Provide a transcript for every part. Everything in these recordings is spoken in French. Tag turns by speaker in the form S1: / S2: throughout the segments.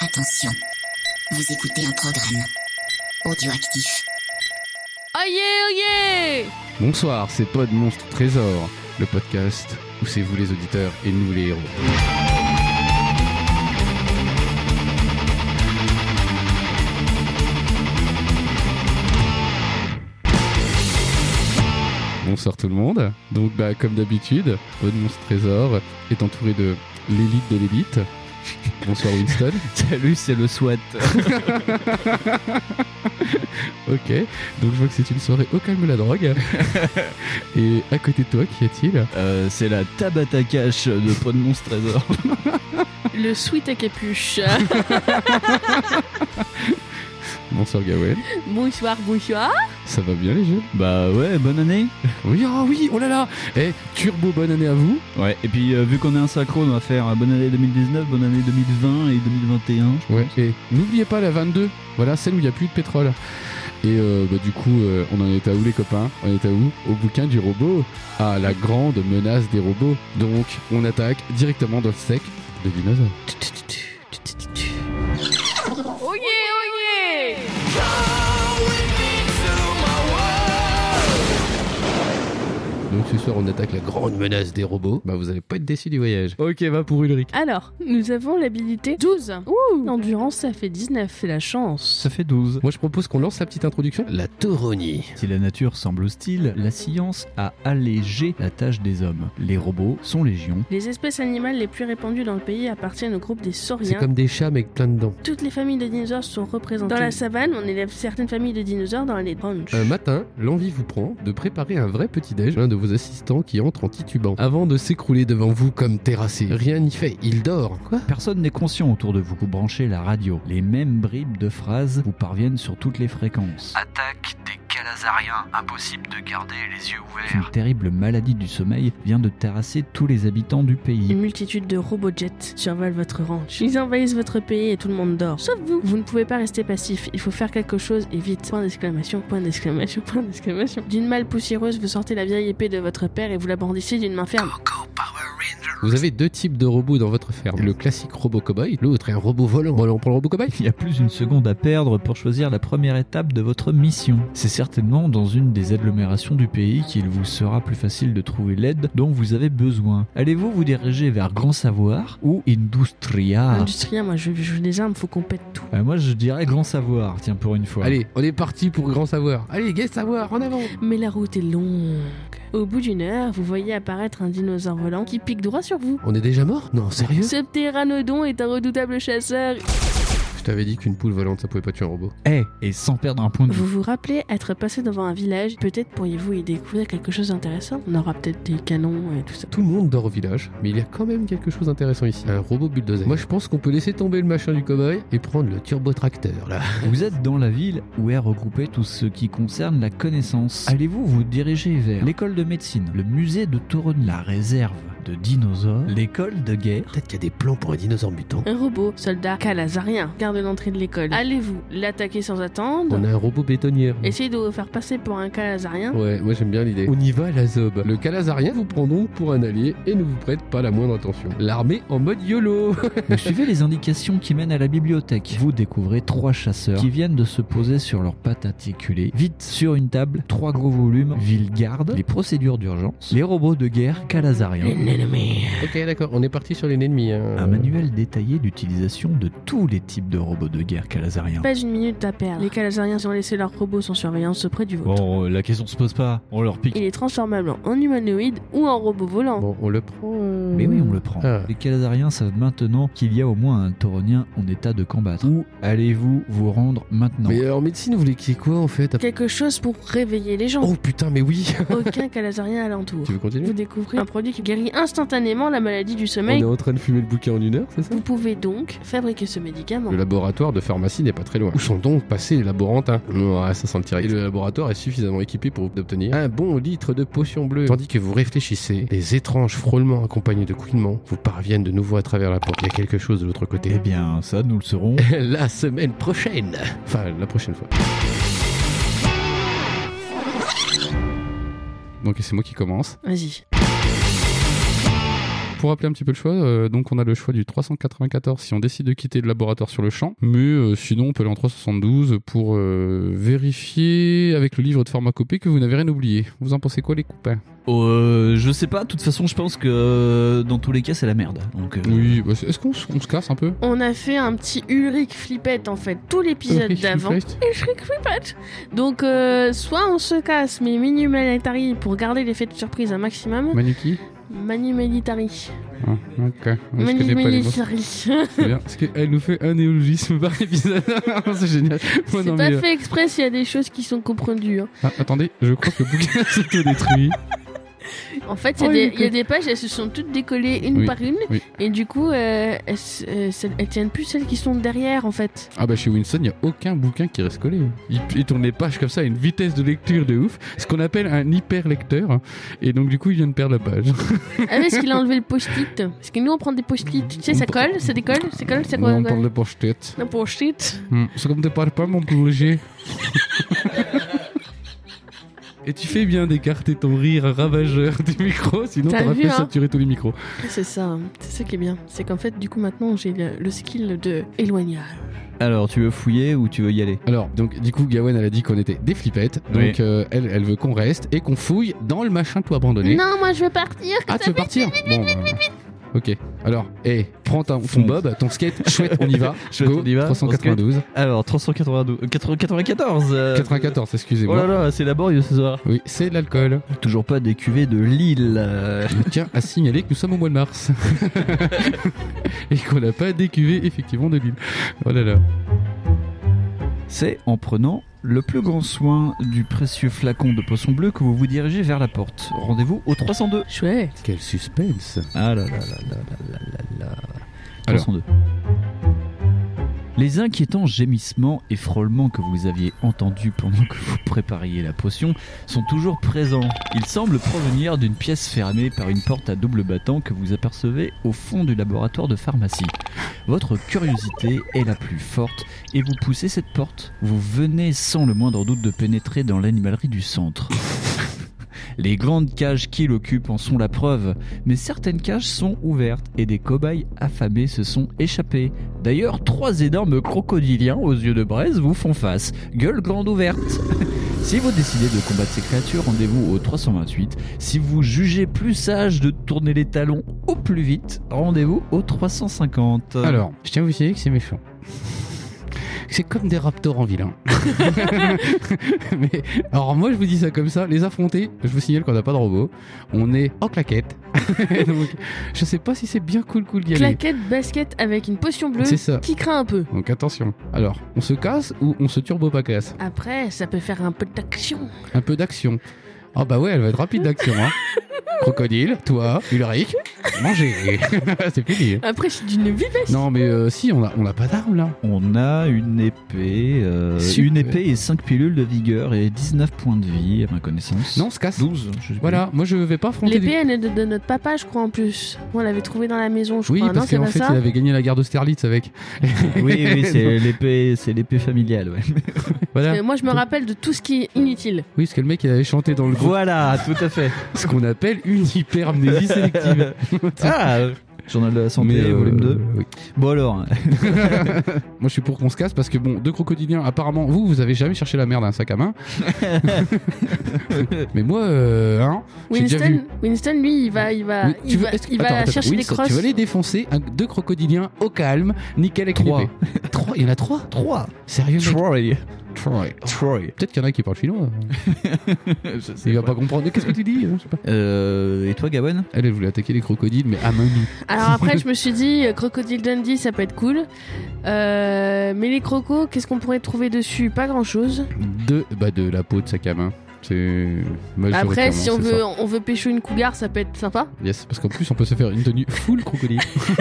S1: Attention, vous écoutez un programme audioactif.
S2: Aïe, aïe
S3: Bonsoir, c'est Pod Monstre Trésor, le podcast où c'est vous les auditeurs et nous les héros. Bonsoir tout le monde. Donc bah comme d'habitude, Pod Monstre Trésor est entouré de l'élite de l'élite. Bonsoir Winston.
S4: Salut, c'est le SWAT.
S3: Ok, donc je vois que c'est une soirée au calme la drogue. Et à côté de toi, qu'y a-t-il
S4: Euh, c'est la Tabata Cash de Pod Monstre Trésor.
S2: Le sweat à capuche.
S3: Bonsoir Gawain.
S2: bonsoir, bonsoir.
S3: Ça va bien les jeux
S4: Bah ouais, bonne année.
S3: Oui, ah oui, oh là là Eh, turbo bonne année à vous
S4: Ouais, et puis euh, vu qu'on est un synchrone, on va faire euh, bonne année 2019, bonne année 2020 et 2021.
S3: Ouais, et n'oubliez pas la 22, voilà celle où il n'y a plus de pétrole. Et euh, bah, du coup, euh, on en est à où les copains On est à où Au bouquin du robot, à la grande menace des robots. Donc, on attaque directement dans le sec des dinosaures.
S2: Oh yeah, oh yeah
S3: Donc ce soir, on attaque la grande menace des robots. Bah, vous allez pas être déçus du voyage. Ok, va pour Ulrich.
S2: Alors, nous avons l'habilité 12. L'endurance, ça fait 19, c'est la chance.
S4: Ça fait 12.
S3: Moi, je propose qu'on lance la petite introduction. La tauronie.
S4: Si la nature semble hostile, la science a allégé la tâche des hommes. Les robots sont légion.
S2: Les espèces animales les plus répandues dans le pays appartiennent au groupe des
S3: C'est
S2: sauriens.
S3: comme des chats, mais avec plein de dents.
S2: Toutes les familles de dinosaures sont représentées. Dans la savane, on élève certaines familles de dinosaures dans les branches.
S3: Un matin, l'envie vous prend de préparer un vrai petit-déj, l'un de vos assistants qui entre en titubant, avant de s'écrouler devant vous comme terrassé. Rien n'y fait, il dort. Quoi
S4: Personne n'est conscient autour de vous. Vous branchez la radio. Les mêmes bribes de phrases vous parviennent sur toutes les fréquences.
S5: Attaque des Calazariens, impossible de garder les yeux
S4: Une
S5: ouverts.
S4: terrible maladie du sommeil vient de terrasser tous les habitants du pays.
S2: Une multitude de robots jets survole votre ranch. Ils envahissent votre pays et tout le monde dort. Sauf vous. Vous ne pouvez pas rester passif. Il faut faire quelque chose et vite. Point d'exclamation, point d'exclamation, point d'exclamation. D'une malle poussiéreuse, vous sortez la vieille épée de votre père et vous la brandissez d'une main ferme.
S5: Go Power Ranger
S3: Vous avez deux types de robots dans votre ferme. Le classique robot cowboy, l'autre est un robot volant. Volant pour le robot cowboy
S4: Il n'y a plus une seconde à perdre pour choisir la première étape de votre mission. C'est certainement dans une des agglomérations du pays qu'il vous sera plus facile de trouver l'aide dont vous avez besoin. Allez-vous vous diriger vers Grand Savoir ou Industria
S2: Industriel, moi je joue des armes, faut qu'on pète tout.
S4: Euh, Moi je dirais Grand Savoir, tiens pour une fois.
S3: Allez, on est parti pour grand savoir. Allez, gai savoir, en avant
S2: Mais la route est longue. Au bout d'une heure, vous voyez apparaître un dinosaure volant qui pique droit sur vous.
S3: On est déjà mort Non, sérieux
S2: Ce pteranodon est un redoutable chasseur.
S3: Je t'avais dit qu'une poule volante, ça pouvait pas tuer un robot.
S4: Eh, et sans perdre un point de vue.
S2: Vous vous rappelez être passé devant un village Peut-être pourriez-vous y découvrir quelque chose d'intéressant On aura peut-être des canons et tout ça.
S3: Tout le monde dort au village, mais il y a quand même quelque chose d'intéressant ici. Un robot bulldozer. Moi, je pense qu'on peut laisser tomber le machin du cowboy et prendre le turbotracteur, là.
S4: Vous êtes dans la ville où est regroupé tout ce qui concerne la connaissance. Allez-vous vous diriger vers l'école de médecine, le musée de Tauronie, la réserve de dinosaures, l'école de guerre
S3: Peut-être qu'il y a des plans pour un dinosaure mutant.
S2: Un robot, soldat, calazarien, garde l'entrée de l'école. Allez-vous l'attaquer sans attendre
S3: On a un robot bétonnière.
S2: Essayez de vous faire passer pour un calazarien
S3: Ouais, moi j'aime bien l'idée. On y va, la zob. Le calazarien vous prend donc pour un allié et ne vous prête pas la moindre attention. L'armée en mode YOLO
S4: Vous suivez les indications qui mènent à la bibliothèque. Vous découvrez trois chasseurs qui viennent de se poser sur leurs pattes articulées. Vite sur une table, trois gros volumes, Villegarde, les procédures d'urgence, les robots de guerre calazariens.
S2: L'ennemi.
S3: Ok, d'accord, on est parti sur l'ennemi. Hein.
S6: Ah,
S4: Un manuel détaillé d'utilisation de tous les types de robots de guerre calazariens.
S2: Pas une minute à perdre. Les calazariens ont laissé leurs robots sans surveillance près du vôtre.
S4: Bon, euh, la question se pose pas, on leur pique.
S2: Il est transformable en humanoïde ou en robot volant.
S3: Bon, on le prend. euh,
S4: Mais oui, on le prend.
S3: Ah.
S4: Les Calazariens savent maintenant qu'il y a au moins un Tauronien en état de combattre. Où allez-vous vous rendre maintenant
S3: Mais euh, en médecine, vous voulez qu'il y ait quoi en fait
S2: Quelque chose pour réveiller les gens.
S3: Oh putain, mais oui
S2: Aucun calazarien alentour.
S3: Tu veux continuer
S2: Vous découvrez un produit qui guérit instantanément la maladie du
S3: On est
S2: sommeil.
S3: en train de fumer le bouquin en une heure, c'est ça
S2: Vous pouvez donc fabriquer ce médicament.
S3: Le laboratoire de pharmacie n'est pas très loin. Où sont donc passés les laborantins Ouais, ça sent le tirage. Et le laboratoire est suffisamment équipé pour obtenir un bon litre de potion bleue. Tandis que vous réfléchissez, les étranges frôlements accompagnés de couinements vous parviennent de nouveau à travers la porte. Il y a quelque chose de l'autre
S4: Eh
S3: côté.
S4: bien, ça, nous le saurons.
S3: la semaine prochaine Enfin, la prochaine fois. Donc c'est moi qui commence.
S2: Vas-y.
S6: Pour rappeler un petit peu le choix, euh, donc on a le choix du 394 si on décide de quitter le laboratoire sur le champ, mais euh, sinon on peut aller en 372 pour euh, vérifier avec le livre de pharmacopée que vous n'avez rien oublié. Vous en pensez quoi les copains
S4: Euh, je sais pas, de toute façon, je pense que euh, dans tous les cas, c'est la merde. Donc, euh,
S6: Oui, bah, est-ce qu'on s- on se casse un peu
S2: On a fait un petit Ulrich Flippette en fait, tout l'épisode
S6: Ulrich
S2: d'avant.
S6: Flippette
S2: Ulrich Flippette Donc, euh, soit on se casse, mais Mini Militari pour garder l'effet de surprise un maximum.
S6: Manuki
S2: Mani Militari.
S6: Ah, Ok, je
S2: Mani
S6: connais pas les mots.
S2: Militari.
S6: C'est bien. Parce qu'elle nous fait un néologisme par épisode. c'est génial. Moi,
S2: C'est
S6: non,
S2: pas
S6: mais, euh,
S2: fait exprès s'il y a des choses qui sont comprendues. hein.
S6: ah, attendez, je crois que le bouquin s'est détruit.
S2: En fait, il y, a
S6: Oh,
S2: des-
S6: il est
S2: il y a des pages, elles se sont toutes décollées une
S6: Oui,
S2: par une.
S6: oui.
S2: Et du coup, euh, elles, s- euh, celles- elles tiennent plus celles qui sont derrière en fait.
S6: Ah bah chez Winston, il n'y a aucun bouquin qui reste collé. Il, il tourne les pages comme ça à une vitesse de lecture de ouf, ce qu'on appelle un hyperlecteur. Et donc du coup, il vient de perdre la page.
S2: Ah, mais est-ce qu'il a enlevé le post-it Parce que nous, on prend des post-it. Tu sais, ça colle, ça décolle, ça colle, ça
S6: Là, on
S2: colle. ça
S6: parle
S2: colle.
S6: de poche-tête.
S2: Un post-it.
S6: Hmm, C'est comme te parle pas, mon pauvre léger. Et tu fais bien d'écarter ton rire ravageur du micro, sinon
S2: T'as
S6: t'auras
S2: vu,
S6: fait
S2: hein
S6: saturer tous les micros.
S2: C'est ça, c'est ça qui est bien. C'est qu'en fait, du coup, maintenant, j'ai le, le skill de éloignage.
S4: alors, tu veux fouiller ou tu veux y aller
S6: Alors, donc, du coup, Gawen, elle a dit qu'on était des flippettes. Donc,
S4: Oui.
S6: euh, elle, elle veut qu'on reste et qu'on fouille dans le machin tout abandonné.
S2: Non, moi, je veux partir. que
S6: ah,
S2: ça
S6: tu veux
S2: fait-
S6: partir Bon. euh, Ok. Alors, hé, prends ta- ton
S4: Fonce.
S6: bob, ton skate, chouette, on y va.
S4: Chouette,
S6: Go,
S4: on y va, on se
S6: 392.
S4: Alors, 392. euh, 80 94 euh,
S6: 94,
S4: Oh
S6: excusez-moi.
S4: là là, c'est laborieux ce soir.
S6: Oui, c'est de l'alcool.
S4: Toujours pas des cuvées de Lille. euh.
S6: Je tiens à signaler que nous sommes au mois de mars. et qu'on n'a pas décuvé, effectivement, de l'île. Oh là là.
S4: C'est en prenant le plus grand soin du précieux flacon de poisson bleu que vous vous dirigez vers la porte. Rendez-vous au 302.
S2: Chouette.
S3: Quel suspense
S4: Ah là là là là là là là là.
S6: Alors.
S4: 302. Les inquiétants gémissements et frôlements que vous aviez entendus pendant que vous prépariez la potion sont toujours présents. Ils semblent provenir d'une pièce fermée par une porte à double battant que vous apercevez au fond du laboratoire de pharmacie. Votre curiosité est la plus forte et vous poussez cette porte. Vous venez sans le moindre doute de pénétrer dans l'animalerie du centre. Les grandes cages qui l'occupent en sont la preuve, mais certaines cages sont ouvertes et des cobayes affamés se sont échappés. D'ailleurs, trois énormes crocodiliens aux yeux de braise vous font face, gueule grande ouverte. si vous décidez de combattre ces créatures, rendez-vous au 328. Si vous jugez plus sage de tourner les talons au plus vite, rendez-vous au 350.
S6: Alors,
S3: Je tiens à vous signaler que c'est méchant.
S6: c'est comme des raptors en ville. hein. Mais, alors moi je vous dis ça comme ça, les affronter, je vous signale qu'on n'a pas de robot, on est en claquette. Donc je sais pas si c'est bien cool cool d'y aller.
S2: Claquette, basket avec une potion bleue
S6: C'est ça.
S2: qui craint un peu.
S6: Donc attention. Alors, on se casse ou on se turbo pas casse
S2: Après, ça peut faire un peu d'action.
S6: Un peu d'action. Ah bah ouais, elle va être rapide d'action. Hein. Crocodile, toi, Ulrich, manger. c'est fini.
S2: Après, c'est d'une vivesse.
S6: Non mais euh, si, on a, on a pas d'armes là.
S4: On a une épée, euh,
S6: Super.
S4: une épée et 5 pilules de vigueur et 19 points de vie à ma connaissance.
S6: Non, on se casse.
S4: 12, je sais plus.
S6: Voilà, moi je vais pas affronter...
S2: L'épée,
S6: des-
S2: elle est de, de notre papa, je crois, en plus. On l'avait trouvée dans la maison, je
S6: Oui,
S2: crois. non,
S6: parce
S2: c'est
S6: qu'en
S2: pas
S6: fait,
S2: ça
S6: il avait gagné la guerre d'Austerlitz avec.
S4: Oui, oui, c'est l'épée, c'est l'épée familiale. ouais.
S6: Voilà.
S2: Euh, Moi, je me rappelle de tout ce qui est inutile.
S6: Oui, parce que le mec, il avait chanté dans le groupe
S4: Voilà, tout à fait.
S6: ce qu'on appelle une hyperamnésie sélective.
S4: Ah, journal de la santé,
S6: Mais, euh,
S4: volume 2.
S6: oui.
S4: Bon alors,
S6: Moi, je suis pour qu'on se casse parce que, bon, deux crocodiliens, apparemment, vous, vous avez jamais cherché la merde à un sac à main. Mais moi, euh, hein, J'ai déjà
S2: Winston,
S6: vu.
S2: Winston, lui, il va, il va,
S6: oui,
S2: Bah, il va,
S6: est-ce que-
S2: il va
S6: attends, attends,
S2: chercher des
S6: Wilson,
S2: crosses.
S6: Tu vas les défoncer, un- deux crocodiliens au calme, nickel avec une
S4: Trois.
S6: épée. Trois, il y en a trois
S4: 3.
S6: Sérieux mec
S4: Troy.
S6: Troy.
S4: Troy.
S6: Peut-être qu'il y en a qui parlent chinois.
S4: Je sais
S6: Il va
S4: pas.
S6: pas comprendre. Qu'est-ce que tu dis Je sais pas.
S4: Euh, et toi, Gabon
S6: Elle, elle voulait attaquer les crocodiles, mais à main nue.
S2: Alors après, je me suis dit, euh, Crocodile Dundee, ça peut être cool. Euh, mais les crocos, qu'est-ce qu'on pourrait trouver dessus Pas grand-chose.
S6: De, bah, de la peau de sac à main. C'est
S2: Après,
S6: majoritairement,
S2: si on
S6: c'est
S2: veut,
S6: ça.
S2: on veut pêcher une cougar, ça peut être sympa.
S6: Yes, parce qu'en plus, on peut se faire une tenue full crocodile.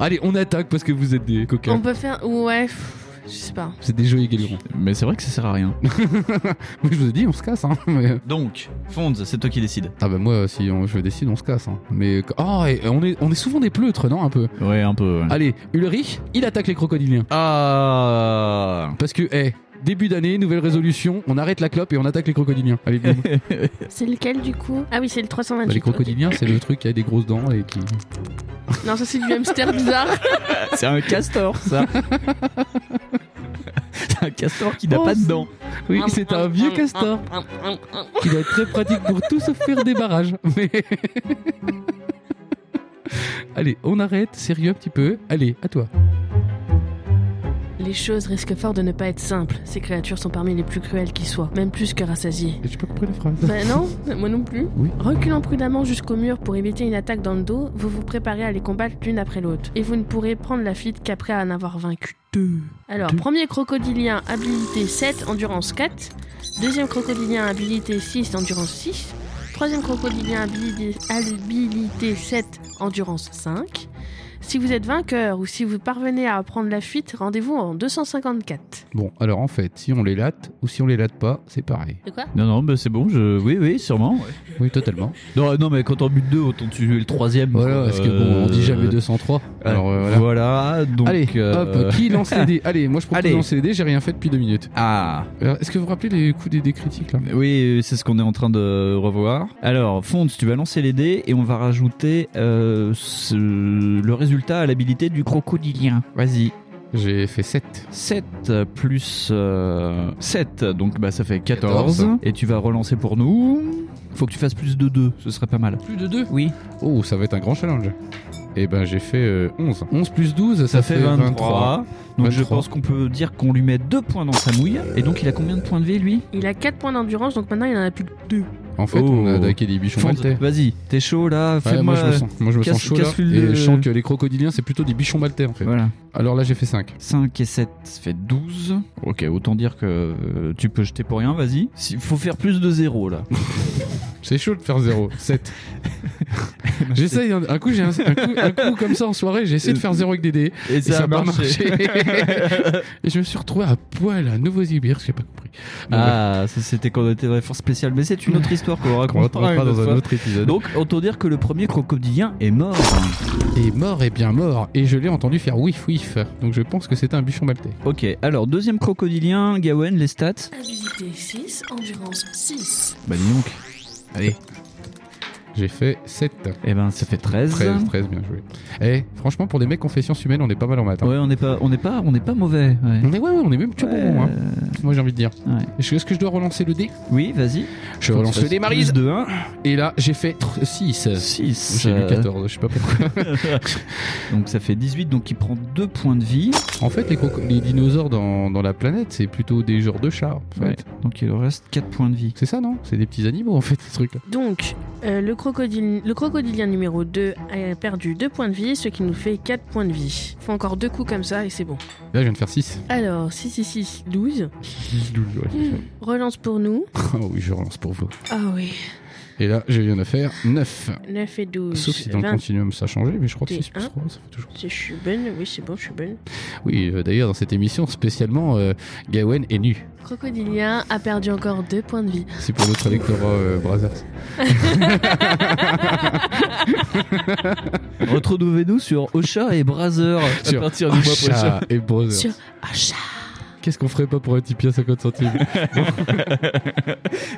S6: Allez, on attaque parce que vous êtes des
S2: On
S6: coquins.
S2: peut faire, ouais, pff, je sais pas.
S6: C'est des joyeux galérons.
S4: Mais c'est vrai que ça sert à rien.
S6: Moi, je vous ai dit, on se casse. Hein. mais-
S4: Donc, Fonds, c'est toi qui décides.
S6: Ah bah moi, si on- je décide, on se casse. Hein. Mais oh, et on est, on est souvent des pleutres, non Un peu.
S4: Ouais, un peu.
S6: Allez, Ulrich, il attaque les crocodiliens.
S4: Ah
S6: Parce que, hé, Début d'année, nouvelle résolution, on arrête la clope et on attaque les crocodiliens. Avec Boum.
S2: C'est lequel du coup Ah oui, c'est le 328.
S6: Bah, les crocodiliens, c'est le truc qui a des grosses dents et qui.
S2: ok. Non, ça c'est du hamster bizarre.
S4: Ah, C'est un castor, ça. C'est un castor qui n'a
S6: Oh,
S4: pas de
S6: c'est-
S4: dents.
S6: Oui,
S2: Hum,
S6: c'est un vieux castor qui doit être très pratique pour tout sauf faire des barrages. Mais. Allez, on arrête, sérieux un petit peu. Allez, à toi.
S2: Les choses risquent fort de ne pas être simples. Ces créatures sont parmi les plus cruelles qui soient, même plus que rassasiées.
S6: J'ai pas compris la phrase.
S2: Bah non, moi non plus.
S6: Oui.
S2: Reculant prudemment jusqu'au mur pour éviter une attaque dans le dos, vous vous préparez à les combattre l'une après l'autre. Et vous ne pourrez prendre la fuite qu'après en avoir vaincu deux. Alors,
S6: Deux.
S2: premier crocodilien, habilité 7, endurance 4. Deuxième crocodilien, habilité 6, endurance 6. Troisième crocodilien, habilité, habilité 7, endurance 5. Si vous êtes vainqueur ou si vous parvenez à prendre la fuite, rendez-vous en 254.
S6: Bon, alors en fait, si on les latte ou si on les latte pas, c'est pareil.
S2: C'est quoi
S4: Non, non, bah c'est bon, je... oui, oui, sûrement.
S6: Oui, totalement.
S4: Non, non, mais quand on bute deux, autant tuer le troisième.
S6: Voilà, parce que bon, on dit jamais
S4: Euh,
S6: 203. Alors euh,
S4: voilà.
S6: voilà.
S4: donc.
S6: Allez,
S4: euh,
S6: hop, qui lance les dés Allez, moi je propose
S4: Allez.
S6: de lancer les dés, j'ai rien fait depuis deux minutes.
S4: Ah,
S6: Alors, Est-ce que vous vous rappelez les coups des, des critiques là
S4: oui, c'est ce qu'on est en train de revoir. Alors, Fonds, tu vas lancer les dés et on va rajouter euh, ce- le résultat à l'habilité du crocodilien. Vas-y.
S6: J'ai fait 7.
S4: 7 plus 7, donc bah, ça fait 14.
S6: 14.
S4: Et tu vas relancer pour nous. Faut que tu fasses plus de 2, ce serait pas mal.
S6: Plus de 2
S4: Oui.
S6: Oh, ça va être un grand challenge. Et ben j'ai fait euh, 11. 11 plus 12, ça,
S4: Ça, fait 23. Donc je
S6: 23.
S4: pense qu'on peut dire qu'on lui met 2 points dans sa mouille. Et donc il a combien de points de vie lui
S2: Il a 4 points d'endurance, donc maintenant il en a plus que 2.
S6: En fait,
S4: Oh.
S6: on a attaqué des bichons
S4: Fonds,
S6: maltais.
S4: Vas-y, t'es chaud là,
S6: Ouais,
S4: fais-moi.
S6: moi, je me sens, moi je me
S4: casse-
S6: sens chaud là.
S4: casse-lui le-
S6: Et je sens que les crocodiliens c'est plutôt des bichons maltais en fait.
S4: Voilà.
S6: Alors là j'ai fait 5.
S4: 5 et 7, ça fait 12. Ok, autant dire que euh, tu peux jeter pour rien, vas-y. Il faut faire plus de 0 là.
S6: C'est chaud de faire 0. 7. J'essaye, hein. un, un coup j'ai un, un coup, un coup comme ça en soirée, j'ai essayé de faire 0 avec des dés.
S4: Et
S6: ça a pas marché. Et je me suis retrouvé à poil à Nouveau-Zébir, j'ai pas compris. Bon, bref.
S4: ah, ça c'était quand on était dans les forces spéciales, mais c'est une autre histoire qu'on
S6: On
S4: racontera
S6: retrouvera
S4: une
S6: dans
S4: autre
S6: un
S4: fois.
S6: autre épisode.
S4: Donc, autant dire que le premier crocodilien est mort.
S6: Et mort est bien mort. Et je l'ai entendu faire whiff whiff. Donc je pense que c'était un bichon maltais.
S4: Ok, alors deuxième crocodilien, Gawen, les stats
S2: Habilité 6, endurance 6.
S4: Bah dis donc.
S6: J'ai fait 7.
S4: Eh ben, ça fait 13.
S6: 13, 13, bien joué. Eh, franchement, pour des mecs confessions humaines, on est pas mal en maths. hein.
S4: Ouais, on n'est pas, on n'est pas, on n'est pas mauvais. ouais.
S6: On est, ouais, ouais, on est même tout bon, hein.
S4: Euh,
S6: moi j'ai envie de dire.
S4: Ouais.
S6: Est-ce que- est-ce que je dois relancer le dé
S4: Oui, vas-y.
S6: Je relance le dé, Maryse.
S4: de 1,
S6: Et là, j'ai fait
S4: Euh,
S6: 6.
S4: 6.
S6: J'ai eu 14, je sais pas pourquoi.
S4: Donc ça fait 18, donc il prend 2 points de vie.
S6: en fait, les, croco- les dinosaures dans, dans la planète, c'est plutôt des genres de chats, en fait.
S4: Ouais, Donc il reste 4 points de vie.
S6: C'est ça, non C'est des petits animaux, en fait, ce truc-là.
S2: Donc, euh, le, crocodile, le crocodilien numéro 2 a perdu 2 points de vie, ce qui nous fait 4 points de vie. Faut encore deux coups comme ça et c'est bon.
S6: Là, je viens de faire 6.
S2: Alors, 6, 6, 6, 12. Hmm, Relance pour nous.
S6: oh oui, je relance pour vous.
S2: Ah oui,
S6: Et là, je viens de faire 9.
S2: 9 et 12.
S6: Sauf si dans le
S2: 20.
S6: continuum ça a changé, mais je crois que 6 plus
S2: Hein
S6: 3, ça fait toujours.
S2: Je suis bonne, oui, c'est bon, je suis bonne.
S6: Oui, euh, d'ailleurs, dans cette émission, spécialement, euh, Gawen est nu.
S2: Crocodilien a perdu encore 2 points de vie.
S6: C'est pour notre électorat euh, Brazzers.
S4: Retrouvez-nous sur Ocha et Brazer à
S6: Sur
S4: partir du mois prochain.
S6: Ocha et Brazzers.
S2: Sur Achat.
S6: Qu'est-ce qu'on ferait pas pour un Tipeee à 50 centimes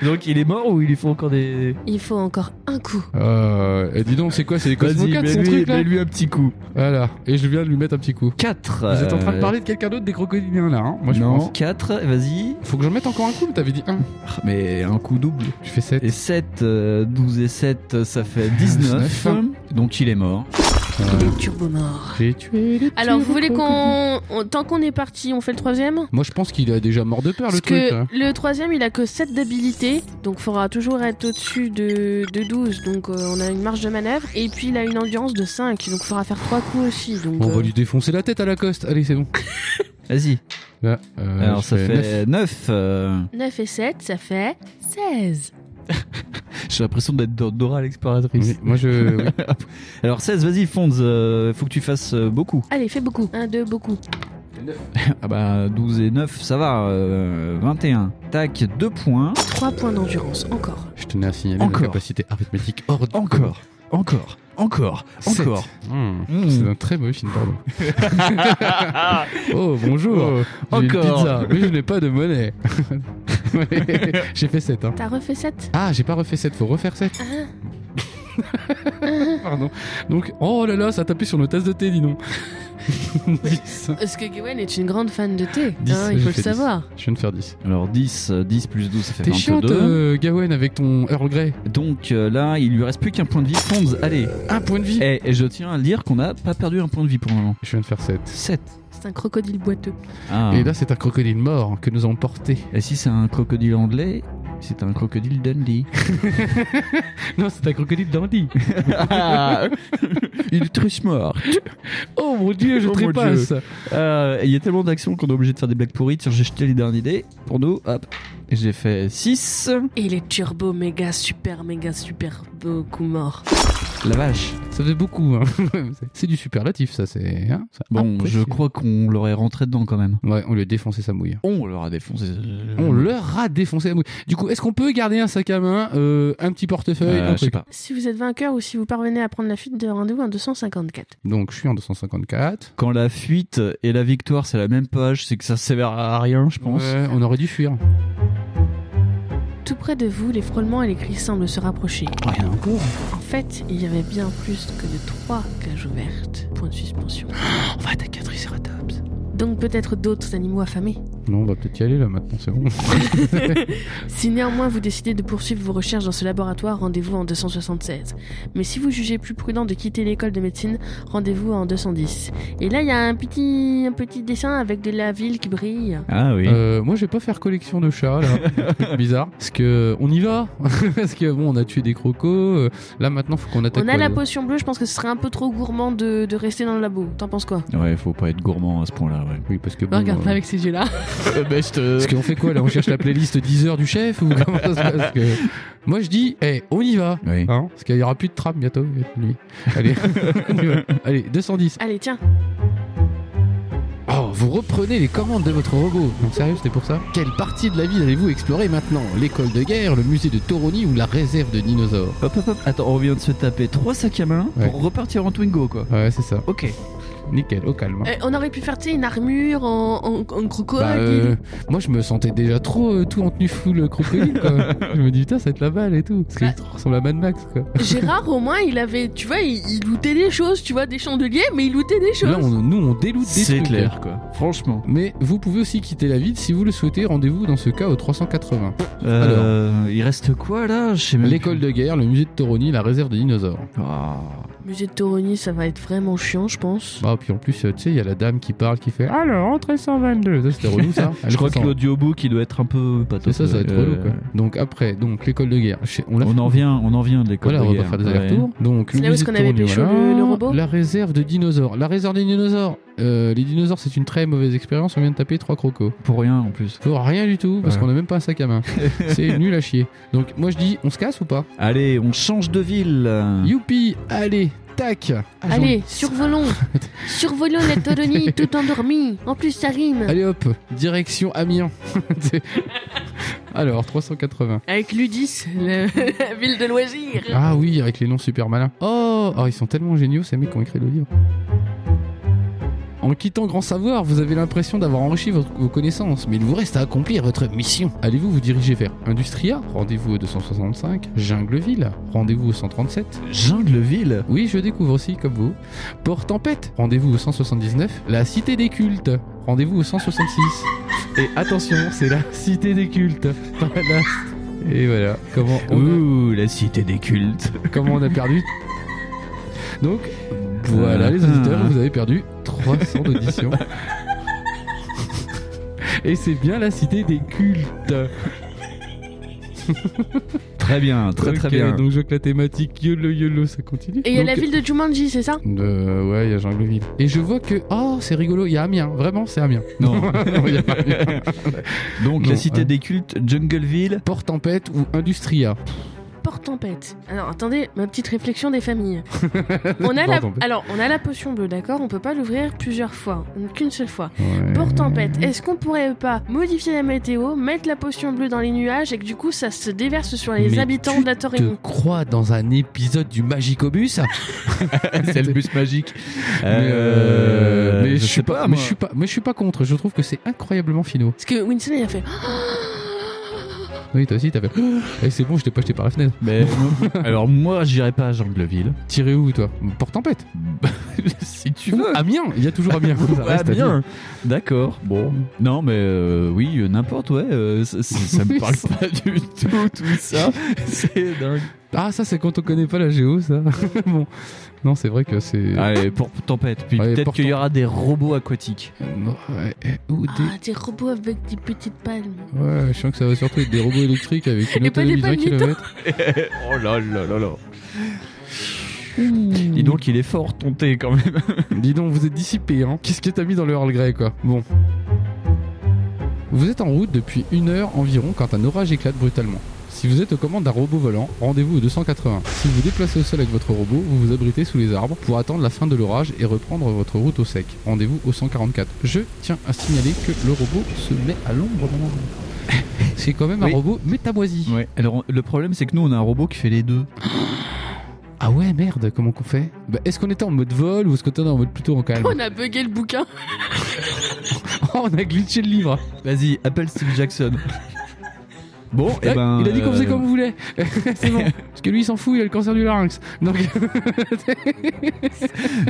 S4: Donc il est mort ou il lui faut encore des.
S2: Il faut encore un coup.
S6: euh, et Dis donc, c'est quoi C'est les
S4: Vas-y,
S6: Cosmocates, son truc là
S4: lui un petit coup.
S6: Voilà, et je viens de lui mettre un petit coup.
S4: 4.
S6: Vous êtes en train de parler de quelqu'un d'autre des crocodiliens là, hein Moi je
S4: euh, non.
S6: pense.
S4: 4, vas-y.
S6: Faut que j'en mette encore un coup, mais t'avais dit 1.
S4: Ah, Mais un coup double.
S6: Je fais 7.
S4: Et 7, 12 et 7, ça fait 19.
S6: 19.
S4: Donc il est mort.
S2: Il est turbo mort.
S6: J'ai tué les
S2: Alors,
S6: petits
S2: vous voulez
S6: crocodiles.
S2: qu'on. on- Tant qu'on est parti, on fait le troisième
S6: Moi je pense qu'il a déjà mort de peur
S2: Parce
S6: le truc. là.
S2: que le troisième, il a que 7 d'habilité, donc faudra toujours être au-dessus de, de 12, donc euh, on a une marge de manœuvre. Et puis il a une endurance de 5, donc faudra faire 3 coups aussi. Donc,
S6: On
S2: euh,
S6: va lui défoncer la tête à la coste. Allez, c'est bon.
S4: Vas-y.
S6: Là, euh,
S4: Alors
S6: je
S4: ça
S6: fais neuf.
S4: fait euh, 9.
S2: 9 euh, et 7, ça fait 16.
S4: J'ai l'impression d'être dans Dora l'exploratrice.
S6: Oui, moi je. oui.
S4: Alors 16, vas-y Fonds, faut que tu fasses euh, beaucoup.
S2: Allez, fais beaucoup. 1, 2, beaucoup.
S4: Ah bah 12 et 9, ça va, euh, 21. Tac, 2 points.
S2: 3 points d'endurance, encore.
S6: Je tenais à signaler
S4: Encore.
S6: la capacité arithmétique hors du
S4: Encore, encore, Encore, encore.
S6: Hmm.
S4: Mmh.
S6: C'est un très mauvais film, pardon. oh, bonjour. J'ai une
S4: Encore.
S6: pizza, mais je n'ai pas de monnaie. j'ai fait 7. Hein.
S2: T'as refait 7
S6: Ah, j'ai pas refait 7, faut refaire 7. Pardon. Donc, oh là là, ça a tapé sur le tasse de thé, dis donc. 10.
S2: Parce que Gwen Euh, est une grande fan de thé,
S6: Dix,
S2: hein,
S6: j'ai
S2: il faut le
S6: fait dix.
S2: savoir.
S6: Je viens de faire 10.
S4: Alors 10, euh, 10 plus 12, ça fait
S6: T'es
S4: 22.
S6: chiante, euh, Gawen, avec ton Earl Grey.
S4: Donc euh, là, il lui reste plus qu'un point de vie. Fonds, allez. Eh,
S6: Un point de vie.
S4: Et, et je tiens à dire qu'on n'a pas perdu un point de vie pour le moment.
S6: Eh, Je viens de faire 7.
S4: 7.
S2: C'est un crocodile boiteux.
S4: Ah.
S6: Et là, c'est un crocodile mort que nous avons porté.
S4: Et si c'est un crocodile anglais, c'est un crocodile Dundee.
S6: Non, c'est un crocodile dandy.
S4: Ah. il est très mort.
S6: Oh mon dieu, je
S4: Oh, mon
S6: trépasse.
S4: Euh, et Il y a tellement d'actions qu'on est obligé de faire des blagues pourries. Tiens, j'ai jeté les derniers dés pour nous. Hop. Et J'ai fait 6.
S2: Et il est turbo, méga, super, méga, super, beaucoup mort.
S4: La vache.
S6: Ça fait beaucoup. hein. C'est- c'est du superlatif, ça. C'est. hein, ça-
S4: Bon, je
S6: apprécié.
S4: crois qu'on l'aurait rentré dedans quand même.
S6: Ouais, on lui a défoncé sa mouille. Mmh.
S4: On leur a défoncé. Euh,
S6: On leur a défoncé la mouille. Du coup, est-ce qu'on peut garder un sac à main, euh, un petit portefeuille,
S4: Euh,
S6: un
S4: je sais
S6: truc
S4: pas.
S2: Si vous êtes vainqueur ou si vous parvenez à prendre la fuite de rendez-vous en 254.
S6: Donc, je suis en 254.
S4: Quand la fuite et la victoire c'est la même page, c'est que ça sert à rien, je pense.
S6: Ouais, on aurait dû fuir.
S2: Tout près de vous, les frôlements et les cris semblent se rapprocher.
S6: Ah, il y en a encore.
S2: En fait, il y avait bien plus que de trois cages ouvertes. Point de suspension.
S4: On va attaquer Triceratops.
S2: Donc peut-être d'autres animaux affamés.
S6: Non, on va peut-être y aller là maintenant, c'est bon.
S2: Si néanmoins vous décidez de poursuivre vos recherches dans ce laboratoire, rendez-vous en 276. Mais si vous jugez plus prudent de quitter l'école de médecine, rendez-vous en 210. Et là, il y a un petit, un petit dessin avec de la ville qui brille.
S4: Ah oui.
S6: Euh, moi, je vais pas faire collection de chats, là. Bizarre. Parce que, on y va. Parce que, bon, on a tué des crocos. euh, Là, maintenant, faut qu'on attaque.
S2: On a la
S6: poche
S2: potion bleue, je pense que ce serait un peu trop gourmand de, de rester dans le labo. T'en penses quoi
S4: Ouais, faut pas être gourmand à ce point-là, ouais.
S6: Oui, parce que. Bon,
S2: Regarde
S6: euh,
S2: avec ces yeux-là.
S6: Parce qu'on fait quoi là On cherche la playlist 10 heures du chef ou comment ça se passe Parce que Moi je dis, eh, on y va
S4: Oui.
S6: Hein Parce qu'il y aura plus de tram bientôt, lui. Allez, on y va. Allez, 210.
S2: Allez, tiens.
S6: Oh, vous reprenez les commandes de votre robot. Non, sérieux, c'était pour ça Quelle partie de la ville allez-vous explorer maintenant L'école de guerre, le musée de Toroni ou la réserve de dinosaures
S4: Hop hop hop, attends, on vient de se taper trois sacs à main
S6: Ouais.
S4: pour repartir en Twingo quoi.
S6: Ouais, c'est ça.
S4: Ok.
S6: Nickel, au calme.
S2: Eh, on aurait pu faire, tu sais, une armure en, en, en crocodile.
S6: Bah, euh, moi je me sentais déjà trop euh, tout en tenue full crocodile quoi. je me dis putain ça va être la balle et tout. Parce
S4: Bah.
S6: qu'il ressemble à Mad Max quoi.
S2: Gérard, au moins, il avait, tu vois, il, il lootait des choses, tu vois, des chandeliers, mais il lootait des choses.
S6: Là on- nous on déloute des
S4: C'est
S6: trucs, hein.
S4: clair quoi. Franchement.
S6: Mais vous pouvez aussi quitter la ville si vous le souhaitez. Rendez-vous dans ce cas au 380.
S4: Euh, il reste quoi là Je sais même
S6: L'école de guerre, le musée de Toroni, la réserve de dinosaures.
S4: plus. Ah.
S2: Musée de Toroni, ça va être vraiment chiant, je pense.
S6: Ah, puis en plus, euh, tu sais, il y a la dame qui parle qui fait Ah, Alors, entrée 122. Ça, c'était relou ça.
S4: Je crois que
S6: 300.
S4: l'audiobook il doit être un peu
S6: C'est
S4: pathos.
S6: ça, ça va être
S4: euh,
S6: relou quoi. Donc après, donc l'école de guerre. Je sais- On l'a
S4: On en vient, on en vient de l'école
S6: Voilà,
S4: de
S6: on va
S4: guerre.
S6: pas faire des
S4: Ouais.
S6: allers-retours. Donc,
S2: C'est
S6: le
S2: là où est-ce
S6: musée de
S2: qu'on avait
S6: Toroni,
S2: pécho le-
S6: voilà.
S2: le robot
S6: La réserve de dinosaures. La réserve des dinosaures. Euh, les dinosaures, c'est une très mauvaise expérience. On vient de taper trois crocos.
S4: Pour rien en plus.
S6: Pour rien du tout, parce
S4: Ouais.
S6: qu'on a même pas un sac à main. c'est nul à chier. Donc, moi, je dis On se casse ou pas
S4: Allez, on change de ville.
S6: Youpi, allez, tac.
S2: Allez, survolons Survolons la Toroni, tout endormi En plus, ça rime
S6: Allez hop, direction Amiens. C'est- Alors, 380.
S2: Avec Ludis, le- la ville de loisirs
S6: Ah oui, avec les noms super malins. Oh, oh, ils sont tellement géniaux ces mecs qui ont écrit le livre. En quittant Grand Savoir, vous avez l'impression d'avoir enrichi votre- vos connaissances, mais il vous reste à accomplir votre mission. Allez-vous vous diriger vers Industria Rendez-vous au 265. Jungleville Rendez-vous au 137.
S4: Jungleville.
S6: Oui, je découvre aussi, comme vous. Port Tempête, rendez-vous au 179. La Cité des Cultes, rendez-vous au 166. Et attention, c'est la Cité des Cultes. pas la- Et voilà, comment on,
S4: Ouh, la cité des cultes.
S6: a, comment on a perdu. Donc, voilà
S4: Ah.
S6: les auditeurs, vous avez perdu 300 d'audition. Et c'est bien la Cité des Cultes.
S4: Très bien, très très
S6: Ok,
S4: bien.
S6: Donc, je que la thématique YOLO YOLO, ça continue.
S2: Et il y a la
S6: Donc,
S2: ville de Jumanji, c'est ça
S6: De... Ouais, il y a Jungleville. Et je vois que. Oh, c'est rigolo, il y a Amiens. Vraiment, c'est Amiens.
S4: euh, Non.
S6: Non, il y a pas Amiens.
S4: Donc
S6: Non, hein.
S4: la cité
S6: ouais.
S4: des cultes, Jungleville.
S6: Port Tempête ou Industria.
S2: Port hors tempête. Alors attendez, ma petite réflexion des familles. on a la...
S6: Hors tempête.
S2: Alors on a la potion bleue, d'accord On peut pas l'ouvrir plusieurs fois, qu'une seule fois.
S6: Ouais.
S2: Pour tempête, est-ce qu'on pourrait pas modifier la météo, mettre la potion bleue dans les nuages et que du coup ça se déverse sur les
S6: Mais
S2: habitants
S6: tu
S2: de la
S6: te
S2: Torréon
S6: crois dans un épisode du Magicobus
S4: c'est le bus magique.
S6: Mais,
S4: Euh,
S6: euh, mais je,
S4: sais
S6: suis pas, mais
S4: moi.
S6: je suis pas, mais je suis pas contre. Je trouve que c'est incroyablement finaux.
S2: Parce que Winston il a fait.
S6: Oui, toi aussi, t'as fait. Et c'est bon, je t'ai pas jeté par la fenêtre.
S4: Mais alors moi, j'irai pas à Jangleville.
S6: Tiré où, toi Pour tempête.
S4: si tu
S6: Ou Amiens. Il y a toujours Amiens. Ça
S4: Ah
S6: reste Amiens.
S4: bien, d'accord. Bon, non mais euh, oui, euh, n'importe ouais, euh, ça, ça- ça me parle pas du tout tout ça. C'est dingue.
S6: Ah, ça, c'est quand on connaît pas la géo, ça. bon. Non, c'est vrai que c'est.
S4: Allez, Ah, pour tempête. Puis
S6: Allez,
S4: peut-être
S6: pour
S4: qu'il y aura des robots aquatiques.
S6: Euh, non, ouais, euh, ou des-
S2: Ah, des robots avec des petites palmes.
S6: Ouais, je sens que ça va surtout être des robots électriques avec une
S2: Et pas des
S6: autonomie de 20
S2: palmiers,
S6: km.
S4: oh là là là là. Dis donc, il est fort ton thé quand même.
S6: Dis donc, vous êtes dissipé, hein Qu'est-ce que t'as mis dans le Earl Grey, quoi Bon. Vous êtes en route depuis une heure environ quand un orage éclate brutalement. Si vous êtes aux commandes d'un robot volant, rendez-vous au 280. Si vous vous déplacez au sol avec votre robot, vous vous abritez sous les arbres pour attendre la fin de l'orage et reprendre votre route au sec. Rendez-vous au 144. Je tiens à signaler que le robot se met à l'ombre. pendant vous. C'est quand même un
S4: Oui.
S6: robot métamoisi.
S4: Ouais. Alors le problème, c'est que nous, on a un robot qui fait les deux.
S6: Ah ouais, merde, comment qu'on fait bah, Est-ce qu'on était en mode vol ou est-ce qu'on était en mode plutôt en calme
S2: On a bugué le bouquin.
S6: Oh, On a glitché le livre
S4: Vas-y, appelle Steve Jackson. Bon, eh
S6: Ouais,
S4: ben,
S6: Il a dit qu'on
S4: euh,
S6: faisait comme vous voulez C'est bon Parce que lui, il s'en fout, il a le cancer du larynx Donc,
S4: euh,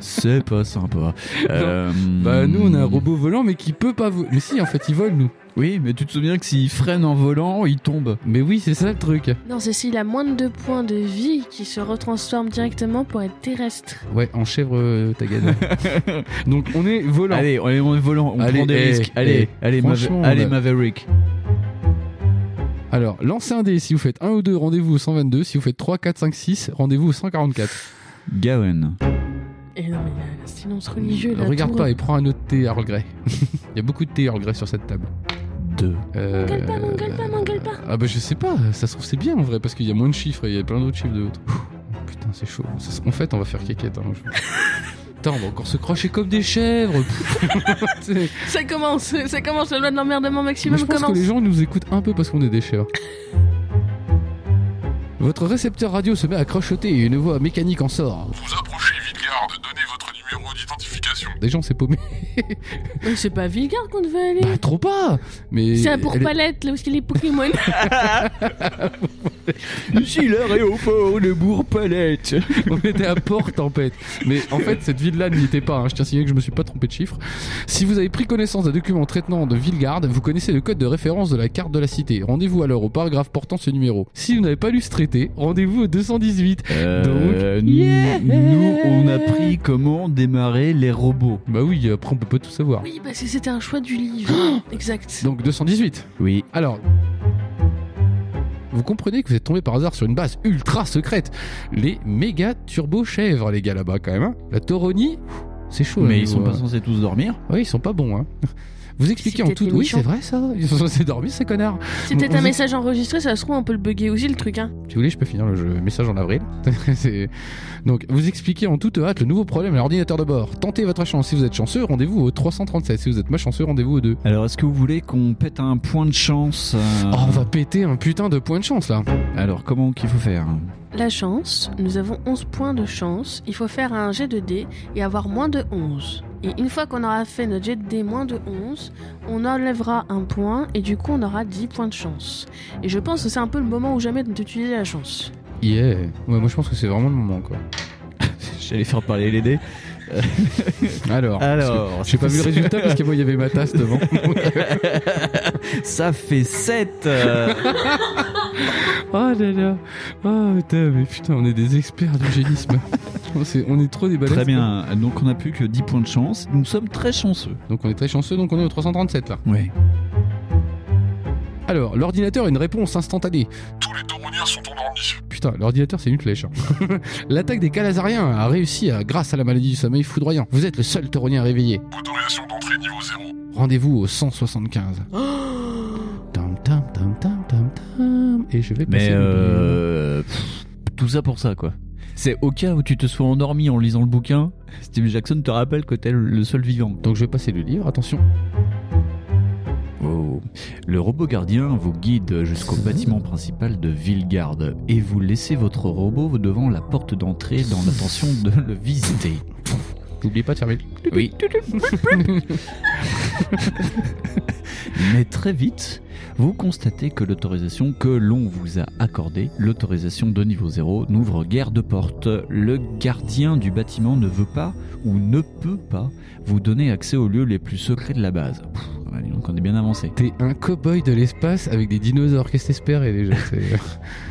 S4: C'est pas sympa. Euh,
S6: bah nous, on a un robot volant mais qui peut pas voler. Mais si, en fait, il vole, nous
S4: Oui, mais tu te souviens que s'il freine en volant, il tombe.
S6: Mais oui, c'est ça le truc
S2: Non, c'est s'il a moins de deux points de vie qui se retransforme directement pour être terrestre.
S6: Ouais, en chèvre, euh, t'as gagné Donc, on est volant
S4: Allez, on est on est volant, on
S6: Allez,
S4: prend des
S6: eh,
S4: risques. Allez, allez, Maver-
S6: franchement,
S4: allez
S6: là-
S4: Maverick.
S6: Alors, lancez un dé, si vous faites 1 ou 2, rendez-vous au 122, si vous faites 3, 4, 5, 6, rendez-vous au 144
S4: Gawen.
S2: Et non, mais il y a un silence religieux là.
S6: Regarde
S2: tout-
S6: pas et prends un autre thé Earl Grey Il y a beaucoup de thé Earl Grey sur cette table
S4: 2.
S6: Euh,
S2: M'engueule pas, m'engueule pas, m'engueule pas.
S6: Ah bah je sais pas, ça se trouve c'est bien en vrai, parce qu'il y a moins de chiffres et il y a plein d'autres chiffres de autres. Ouh, Putain c'est chaud. Ça se- en fait on va faire kékette. Hein, je- Putain on va encore se crocher comme des chèvres. T'sais.
S2: Ça commence, ça commence, la loi de l'emmerdement
S6: Mais
S2: maximum
S6: je pense
S2: commence.
S6: que les gens nous écoutent un peu parce qu'on est des chèvres. Votre récepteur radio se met à crocheter et une voix mécanique en sort.
S7: Vous approchez Villegarde, donnez votre numéro d'identification.
S6: Des gens s'est paumé.
S2: Mais c'est pas Villegard qu'on devait aller.
S6: Bah trop pas Mais.
S2: c'est à pour
S6: elle est-
S2: palette là où est-ce qu'il est Pokémon.
S4: Ici au fort de Bourg-Palette.
S6: On était à Port Tempête. Mais en fait, cette ville-là n'y était pas. hein. Je tiens à signaler que je me suis pas trompé de chiffre. Si vous avez pris connaissance d'un document traitant de Villegarde, vous connaissez le code de référence de la carte de la cité. Rendez-vous alors au paragraphe portant ce numéro. Si vous n'avez pas lu ce traité, rendez-vous au 218.
S4: Euh,
S6: Donc,
S4: nous-
S6: yeah.
S4: nous, on a pris comment démarrer les robots.
S6: Bah oui, après on peut pas tout savoir.
S2: oui, parce que c'était un choix du livre. exact.
S6: Donc 218.
S4: Oui.
S6: Alors. Vous comprenez que vous êtes tombé par hasard sur une base ultra secrète. Les méga turbo chèvres, les gars, là-bas, quand même. hein. La Tauronie, c'est chaud. là,
S4: mais ils
S6: niveau,
S4: sont
S6: euh,
S4: pas censés tous dormir.
S6: Ouais, ils sont pas bons, hein. Vous expliquez en
S2: peut-être
S6: tout.
S2: les
S6: Oui,
S2: méchants.
S6: c'est vrai ça. Ils sont censés dormir, ces connards.
S2: C'est peut-être
S6: on-
S2: un message enregistré, ça se trouve on peut le bugger aussi le truc. Hein.
S6: Si vous voulez, je peux finir le jeu. Message en avril. C'est- Donc, vous expliquez en toute hâte le nouveau problème à l'ordinateur de bord. Tentez votre chance. Si vous êtes chanceux, rendez-vous au 337. Si vous êtes malchanceux, rendez-vous au 2.
S4: Alors, est-ce que vous voulez qu'on pète un point de chance euh,
S6: Oh, on va péter un putain de point de chance là.
S4: Alors, comment qu'il faut faire
S2: La chance, nous avons 11 points de chance. Il faut faire un jet de dés et avoir moins de 11. Et une fois qu'on aura fait notre jet de dés moins de 11, on enlèvera un point et du coup on aura 10 points de chance. Et je pense que c'est un peu le moment ou jamais d'utiliser la chance.
S6: Yeah. Ouais, moi je pense que c'est vraiment le moment quoi.
S4: J'allais faire parler les dés.
S6: Alors.
S4: Alors,
S6: J'ai pas vu le résultat parce que moi il y avait ma tasse devant.
S4: ça fait euh, 7
S6: oh là là. Oh putain, mais putain, on est des experts du génisme. on, est, on est trop des balèzes, quoi.
S4: Très bien, donc on n'a plus que 10 points de chance. Nous sommes très chanceux.
S6: Donc on est très chanceux, donc on est au 337 là.
S4: Ouais.
S6: Alors, l'ordinateur a une réponse instantanée.
S7: Tous les tauroniens sont endormis.
S6: Putain, l'ordinateur c'est une flèche. hein. L'attaque des Calazariens a réussi à, grâce à la maladie du sommeil foudroyant. Vous êtes le seul tauronien réveillé.
S7: Autorisation d'entrée niveau 0.
S6: Rendez-vous au 175. Tam, tam, tam, tam, tam, tam. Et je vais passer.
S4: Mais
S6: le-
S4: euh, pff, Tout ça pour ça, quoi. C'est au cas où tu te sois endormi en lisant le bouquin, Steve Jackson te rappelle que t'es le seul vivant.
S6: Donc je vais passer le livre, attention.
S4: Oh. Le robot gardien vous guide jusqu'au bâtiment principal de Villegarde et vous laissez votre robot devant la porte d'entrée dans l'intention de le visiter.
S6: N'oublie pas de fermer.
S4: Oui. Mais très vite, vous constatez que l'autorisation que l'on vous a accordée, l'autorisation de niveau 0, n'ouvre guère de porte. Le gardien du bâtiment ne veut pas ou ne peut pas vous donner accès aux lieux les plus secrets de la base. Pff, bah, dis donc on est bien avancé.
S6: T'es un cow-boy de l'espace avec des dinosaures. Qu'est-ce que t'espérais déjà c'est-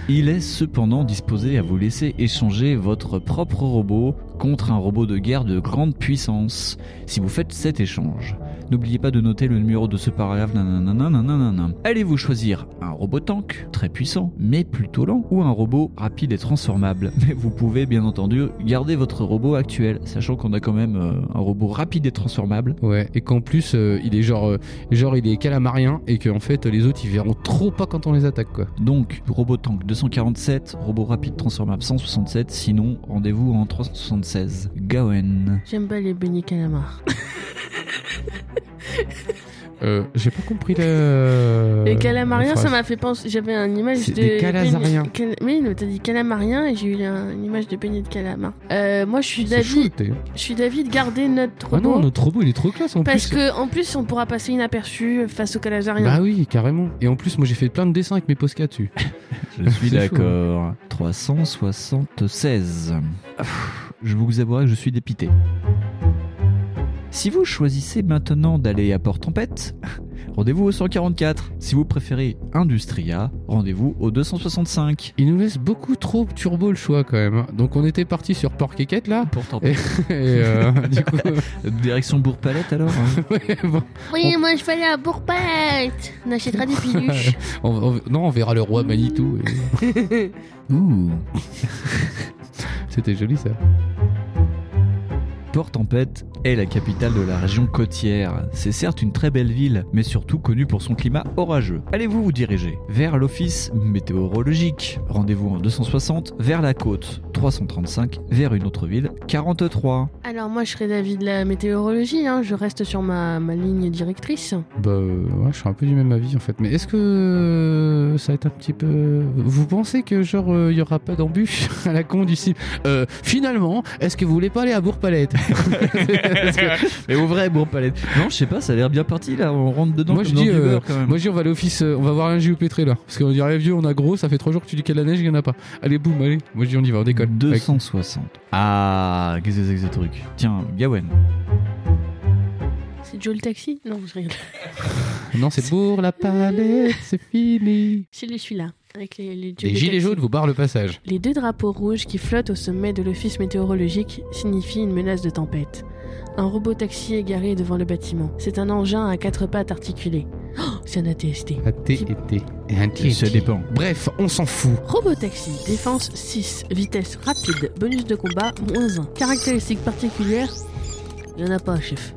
S4: Il est cependant disposé à vous laisser échanger votre propre robot contre un robot de guerre de grande puissance si vous faites cet échange. N'oubliez pas de noter le numéro de ce paragraphe. nanana, nanana. Allez-vous choisir un robot tank, très puissant, mais plutôt lent, ou un robot rapide et transformable Mais vous pouvez bien entendu garder votre robot actuel, sachant qu'on a quand même euh, un robot rapide et transformable.
S6: Ouais, et qu'en plus, euh, il est genre, euh, genre, il est calamarien et qu'en fait, les autres, ils verront trop pas quand on les attaque, quoi.
S4: Donc, robot tank 247, robot rapide transformable 167, sinon rendez-vous en 376. Gawen.
S2: J'aime pas les beignets calamars.
S6: Euh, j'ai pas compris
S3: euh,
S6: le.
S2: les calamariens,
S6: la
S2: ça
S6: phrase.
S2: m'a fait penser. J'avais une image
S6: C'est
S2: de.
S6: des calazariens.
S2: beignets- cal- Oui, mais t'as dit calamariens et j'ai eu un- une image de beignet de calamar. Euh, moi, je suis
S6: C'est chaud,
S2: d'avis.
S6: t'es-
S2: Je suis d'avis de garder notre
S6: Ah
S2: robot.
S6: non, notre robot, il est trop classe en
S2: parce
S6: plus.
S2: que, en plus, on pourra passer inaperçu face aux calamariens.
S6: Bah oui, carrément. Et en plus, moi, j'ai fait plein de dessins avec mes posca dessus.
S4: Je suis
S6: C'est
S4: d'accord. 376. Ouf, Je vous avouerai que je suis dépité. Si vous choisissez maintenant d'aller à Port-Tempête, rendez-vous au 144. Si vous préférez Industria, rendez-vous au 265.
S6: Il nous laisse beaucoup trop turbo le choix quand même. hein. Donc, on était parti sur Porc et Quête, là.
S4: Port-Tempête.
S6: Et euh, du coup,
S4: Eh, Direction Bourg-Palette alors hein
S6: ouais, bon,
S1: Oui, moi je vais aller à Bourpette. On achètera des piluches.
S6: on- on- non, on verra le roi Manitou. et-
S4: Ouh.
S6: C'était joli ça.
S4: Port-Tempête est la capitale de la région côtière. C'est certes une très belle ville, mais surtout connue pour son climat orageux. Allez-vous vous diriger vers l'office météorologique Rendez-vous en 260 vers la côte, 335 vers une autre ville, 43.
S2: Alors, moi, je serais d'avis de la météorologie. hein. Je reste sur ma, ma ligne directrice.
S6: Bah euh, ouais, je suis un peu du même avis en fait. Mais est-ce que euh, ça va être un petit peu... Vous pensez que genre euh, il y aura pas d'embûche à la con du cible euh, Finalement, est-ce que vous voulez pas aller à Bourg-Palette Parce que
S4: Mais au vrai, bon palette. Non, je sais pas, ça a l'air bien parti là, on rentre dedans.
S6: Moi,
S4: comme
S6: je
S4: dans
S6: dis,
S4: du
S6: euh,
S4: beurre, quand même.
S6: Moi je dis on va à l'office, euh, on va voir un géopétré là. Parce qu'on dirait vieux, on a gros, ça fait trois jours que tu dis qu'il y a de la neige, il y en a pas. Allez boum, allez. Moi je dis on y va, on décolle.
S4: 260. Ah, qu'est-ce que c'est que ce truc Tiens, Gawen.
S2: C'est Joe le taxi Non, je rigole.
S6: Avec- Non c'est Bourg-la-Palette, c'est fini.
S2: C'est le- celui-là. Avec les, les Joe
S6: Les
S2: le
S6: gilets
S2: taxi.
S6: jaunes vous barrent le passage.
S2: Les deux drapeaux rouges qui flottent au sommet de l'office météorologique signifient une menace de tempête. Un robot taxi est garé devant le bâtiment. C'est un engin à quatre pattes articulées. Oh, c'est un ATST.
S6: Un T et T. Et un T et
S4: Ça
S6: T.
S4: dépend.
S6: Bref, on s'en fout.
S2: Robot taxi, défense 6, vitesse rapide, bonus de combat moins 1. Caractéristiques particulières Il n'y en a pas, chef.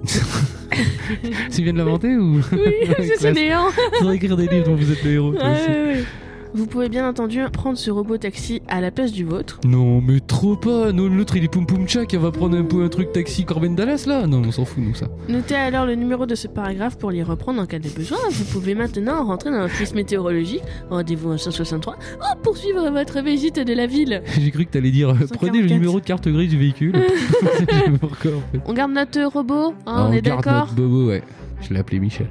S6: Tu viens de l'inventer ou
S2: Oui, c'est
S6: Classe.
S2: néant
S6: Faudrait écrire des livres dont vous êtes le héros.
S2: Ouais, ouais, ouais. Vous pouvez bien entendu prendre ce robot taxi à la place du vôtre.
S6: Non, mais trop pas. Non, l'autre il est poum poum tchak, il va prendre un peu un truc taxi Corbin Dallas là. Non, on s'en fout nous ça.
S2: Notez alors le numéro de ce paragraphe pour les reprendre en cas de besoin. Vous pouvez maintenant rentrer dans l'office météorologique, rendez-vous en 163, oh, poursuivre votre visite de la ville.
S6: J'ai cru que t'allais dire euh,
S2: 144.
S6: prenez le numéro de carte grise du véhicule. Je sais pas pourquoi en fait.
S2: On garde notre robot, hein,
S6: Ah,
S2: Ah, on, est
S6: garde
S2: d'accord
S6: notre Bobo, ouais. Je l'ai appelé Michel.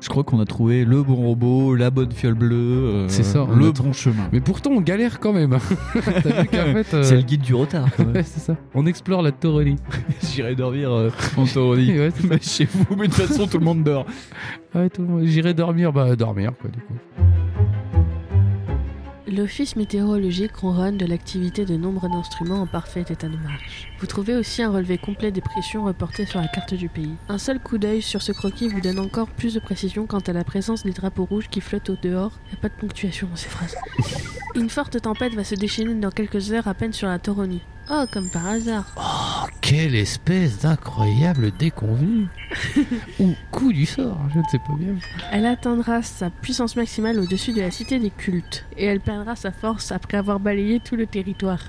S4: Je crois qu'on a trouvé le bon robot, la bonne fiole bleue, euh,
S6: C'est ça, on
S4: le
S6: a Euh,
S4: bon chemin.
S6: Mais pourtant on galère quand même. hein. T'as vu qu'en fait. euh,
S4: C'est le guide du retard. quand même.
S6: Ouais, c'est ça. On explore la Torelli.
S4: J'irai dormir euh, en Tauronie.
S6: Ouais, c'est ça.
S4: Mais Chez vous, mais de toute façon, tout le monde dort.
S6: Ouais, tout le monde- J'irai dormir, bah dormir quoi du coup.
S2: L'office météorologique ronronne de l'activité de nombre d'instruments en parfait état de marche. Vous trouvez aussi un relevé complet des pressions reportées sur la carte du pays. Un seul coup d'œil sur ce croquis vous donne encore plus de précision quant à la présence des drapeaux rouges qui flottent au dehors. Y a pas de ponctuation dans ces phrases. Une forte tempête va se déchaîner dans quelques heures à peine sur la Toronie. Oh, comme par hasard.
S4: Oh,
S6: Quelle espèce d'incroyable déconvenue Ou coup du sort, je ne sais pas bien.
S2: Elle atteindra sa puissance maximale au-dessus de la cité des cultes et elle perdra sa force après avoir balayé tout le territoire.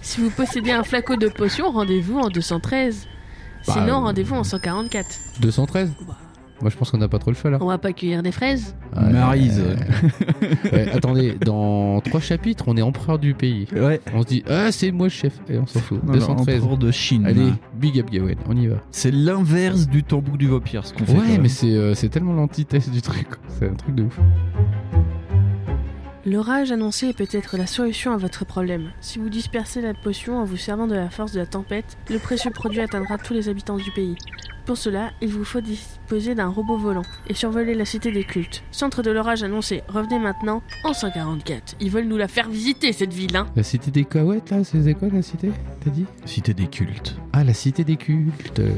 S2: Si vous possédez un flacon de potion, rendez-vous en 213.
S6: Bah,
S2: Sinon,
S6: euh,
S2: rendez-vous en 144.
S6: 213
S2: Bah.
S6: Moi je pense qu'on n'a pas trop le choix là.
S2: On va pas cueillir des fraises
S6: Ouais,
S4: Maryse.
S6: ouais, attendez, dans trois chapitres, on est empereur du pays.
S4: Ouais.
S6: On se dit, ah c'est moi le chef, et on s'en fout.
S4: Non, non,
S6: 213.
S4: empereur de Chine.
S6: Allez, big up Gawain, on y va.
S4: C'est l'inverse du tambour du vampire, ce qu'on fait. quand
S6: Ouais,
S4: même.
S6: mais c'est euh, c'est tellement l'antithèse du truc, quoi. c'est un truc de ouf.
S2: L'orage annoncé est peut-être la solution à votre problème. Si vous dispersez la potion en vous servant de la force de la tempête, le précieux produit atteindra tous les habitants du pays. Pour cela, il vous faut disposer d'un robot volant et survoler la cité des cultes. Centre de l'orage annoncé, revenez maintenant en 144. Ils veulent nous la faire visiter cette ville, hein
S6: La cité des cahuètes là, c'est quoi la cité T'as dit
S4: Cité des cultes.
S6: Ah, la cité des cultes.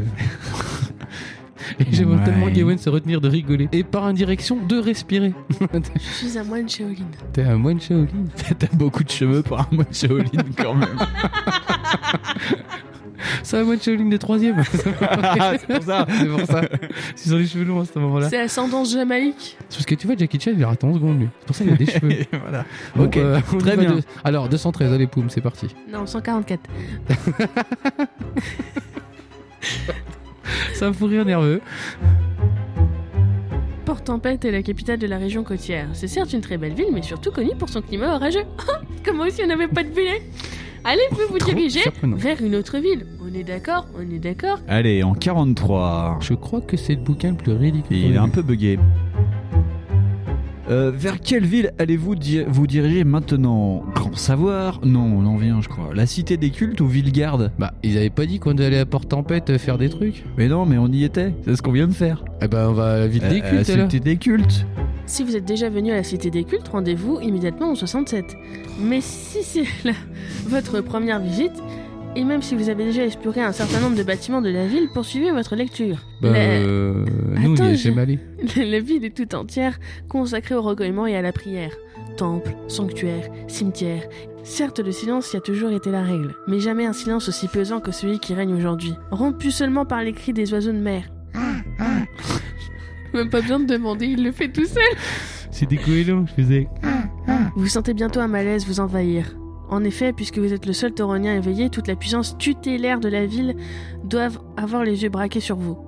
S6: Et J'aimerais
S4: Ouais.
S6: tellement Gawain se retenir de rigoler. Et par indirection, de respirer.
S2: Je suis un moine Shaolin.
S6: T'es un moine Shaolin.
S4: T'as beaucoup de cheveux pour un moine Shaolin quand même.
S6: C'est un moine Shaolin de troisième.
S4: c'est pour ça.
S6: c'est pour ça. Ils ont les cheveux longs à ce moment-là.
S2: C'est ascendance jamaïque
S6: C'est Parce que tu vois, Jackie Chan, il attend 30 secondes, lui. C'est pour ça qu'il a des cheveux.
S4: voilà.
S6: Bon,
S4: Ok,
S6: euh, on y
S4: très
S6: va
S4: bien.
S6: de- Alors, 213, allez, poum, c'est parti.
S2: Non, 144.
S6: Ça me fout rire nerveux.
S2: Port-Tempête est la capitale de la région côtière. C'est certes une très belle ville, mais surtout connue pour son climat orageux. Comment si on n'avait pas de billet Allez, vous vous
S6: Trop
S2: dirigez
S6: surprenant.
S2: vers une autre ville. On est d'accord, on est d'accord.
S4: Allez, en 43.
S6: Je crois que c'est le bouquin le plus ridicule.
S4: Et il est un peu bugué. Euh, vers quelle ville allez-vous di- vous diriger maintenant Grand Savoir Non, on en vient, je crois. La cité des cultes ou Villegarde
S6: Bah, ils avaient pas dit qu'on allait à Port-Tempête euh, faire des trucs
S4: Mais non, mais on y était. C'est ce qu'on vient de faire.
S6: Eh ben, on va à la ville des
S4: Euh, la
S6: cultes, là.
S4: cité des cultes.
S2: Si vous êtes déjà venu à la Cité des Cultes, rendez-vous immédiatement en 67. Mais si c'est la- votre première visite, et même si vous avez déjà exploré un certain nombre de bâtiments de la ville, poursuivez votre lecture.
S6: Bah,
S2: La-
S6: euh, nous, on y
S2: Attends,
S6: est
S2: je-
S6: jamais allés.
S2: La ville est tout entière consacrée au recueillement et à la prière. Temples, sanctuaires, cimetières. Certes, le silence y a toujours été la règle, mais jamais un silence aussi pesant que celui qui règne aujourd'hui, rompu seulement par les cris des oiseaux de mer. Même pas besoin de demander, il le fait tout seul.
S6: C'est des goélands, je faisais.
S2: Vous sentez bientôt un malaise vous envahir. En effet, puisque vous êtes le seul tauronien éveillé, toute la puissance tutélaire de la ville doivent avoir les yeux braqués sur vous.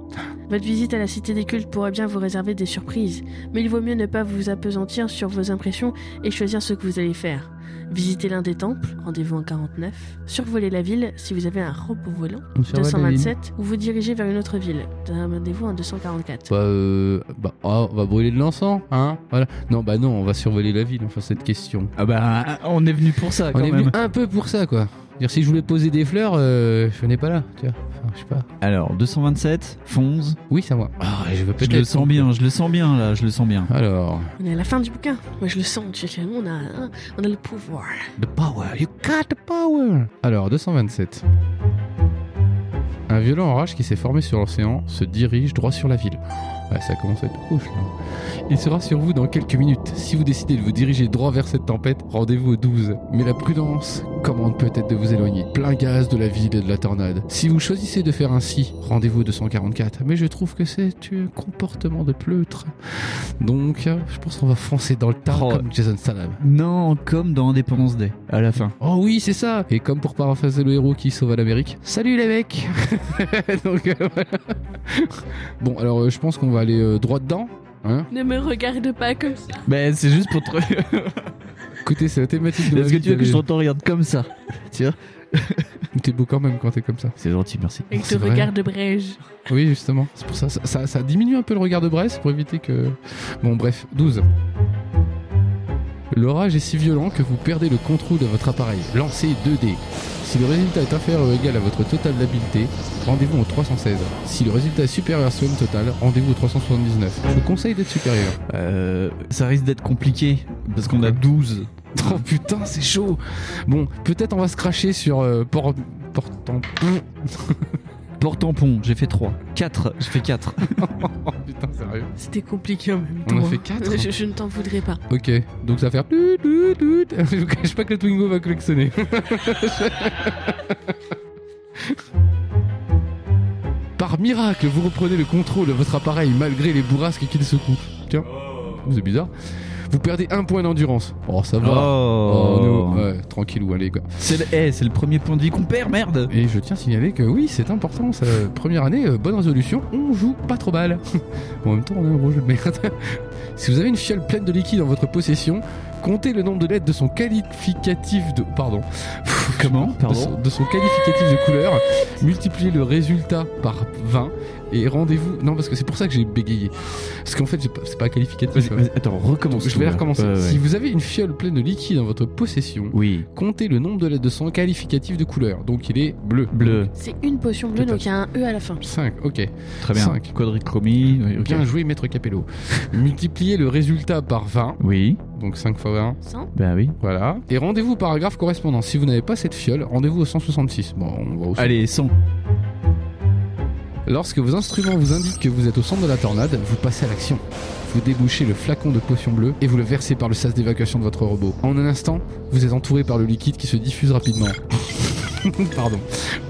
S2: Votre visite à la cité des cultes pourrait bien vous réserver des surprises, mais il vaut mieux ne pas vous appesantir sur vos impressions et choisir ce que vous allez faire. Visitez l'un des temples, rendez-vous en 49, survolez la ville si vous avez un robot volant, 227, ou vous dirigez vers une autre ville, rendez-vous en 244.
S6: Bah, euh, bah, oh, on va brûler de l'encens, hein Voilà. Non, bah non, on va survoler la ville, enfin, cette question.
S4: Ah bah, on est venu pour ça quand
S6: on est
S4: même.
S6: venu un peu pour ça, quoi. Dire, si je voulais poser des fleurs, euh, je venais pas là, tu vois. Enfin, je sais pas.
S4: Alors, 227, Fonz.
S6: Oui, c'est à moi. Ah, je veux
S4: Je
S6: peut-être.
S4: le sens bien, je le sens bien là, je le sens bien.
S6: Alors,
S2: On est à la fin du bouquin, moi je le sens, tu sais, on a, on a le pouvoir.
S6: the power, you got the power. Alors, 227. Un violent orage qui s'est formé sur l'océan se dirige droit sur la ville. Ah, ça commence à être rouge là. Il sera sur vous dans quelques minutes. Si vous décidez de vous diriger droit vers cette tempête, rendez-vous au 12. Mais la prudence commande peut-être de vous éloigner. Plein gaz de la ville et de la tornade. Si vous choisissez de faire ainsi, rendez-vous au 244. Mais je trouve que c'est un comportement de pleutre. Donc, euh, je pense qu'on va foncer dans le tas
S4: Oh.
S6: comme Jason Statham.
S4: Non, comme dans Indépendance Day, à la fin.
S6: Oh oui, c'est ça Et comme pour paraphraser le héros qui sauva l'Amérique, salut les mecs Donc, euh, voilà. Bon, alors euh, je pense qu'on va aller euh, droit dedans. Hein
S2: Ne me regarde pas comme ça.
S4: Mais
S6: Ben,
S4: c'est juste pour te.
S6: Écoutez, c'est la thématique de
S4: Est-ce que
S6: ma
S4: tu veux que
S6: vie
S4: je te regarde comme ça Tiens.
S6: d'aller- T'es beau quand même quand t'es comme ça.
S4: C'est gentil, merci.
S2: Avec
S6: C'est
S2: ce
S6: vrai.
S2: regard de brège.
S6: Oui, justement. C'est pour ça, ça, ça- ça diminue un peu le regard de Brest pour éviter que... Bon, bref, 12. L'orage est si violent que vous perdez le contrôle de votre appareil. Lancez 2 dés. Si le résultat est inférieur ou égal à votre total d'habileté, rendez-vous au 316. Si le résultat est supérieur à son total, rendez-vous au 379. Je vous conseille d'être supérieur.
S4: Euh, ça risque d'être compliqué, parce qu'on a 12.
S6: Oh putain, c'est chaud Bon, peut-être on va se cracher sur euh, port... Portant.
S4: Port-tampon, j'ai fait 3. 4, j'ai fait 4.
S6: Oh putain, sérieux.
S2: C'était compliqué en même temps.
S6: On a fait quatre, hein.
S2: Je, je ne t'en voudrais pas.
S6: Ok, donc ça va faire. tout, tout, tout. Je vous cache pas que le Twingo va collectionner. par miracle, vous reprenez le contrôle de votre appareil malgré les bourrasques qu'il secoue. Tiens, c'est bizarre. Vous perdez un point d'endurance. Oh, ça va.
S4: Oh,
S6: non. Ouais, tranquillou, allez, quoi.
S4: C'est le, eh, c'est le premier point de vie qu'on perd, merde
S6: Et je tiens à signaler que oui, c'est important, ça. première année, euh, bonne résolution, on joue pas trop mal. en même temps, on est un gros jeu de merde. si vous avez une fiole pleine de liquide en votre possession, comptez le nombre de lettres de son qualificatif de... Pardon.
S4: Comment
S6: De son, de son qualificatif de couleur, multipliez le résultat par 20 et rendez-vous... Non, parce que c'est pour ça que j'ai bégayé. Parce qu'en fait, j'ai pas- c'est pas qualificatif.
S4: Vas-y, vas-y, Attends, recommence.
S6: Je vais la recommencer.
S4: Ouais, ouais.
S6: Si vous avez une fiole pleine de liquide en votre possession,
S4: Oui.
S6: comptez le nombre de lettres de son qualificatif de couleur. Donc il est bleu.
S4: Bleu.
S2: C'est une potion bleue, donc il y a un E à la fin.
S6: 5, ok.
S4: Très bien.
S6: Cinq.
S4: Quadricromie. Oui. ok.
S6: Bien joué, maître Capello. Multipliez le résultat par 20,
S4: Oui.
S6: donc 5 fois 20,
S2: 100
S4: Bah oui.
S6: voilà. Et rendez-vous au paragraphe correspondant. Si vous n'avez pas cette fiole, rendez-vous au 166. Bon, on va au
S4: Allez, 100.
S6: Lorsque vos instruments vous indiquent que vous êtes au centre de la tornade, vous passez à l'action. Vous débouchez le flacon de potion bleue et vous le versez par le sas d'évacuation de votre robot. En un instant, vous êtes entouré par le liquide qui se diffuse rapidement. Pardon.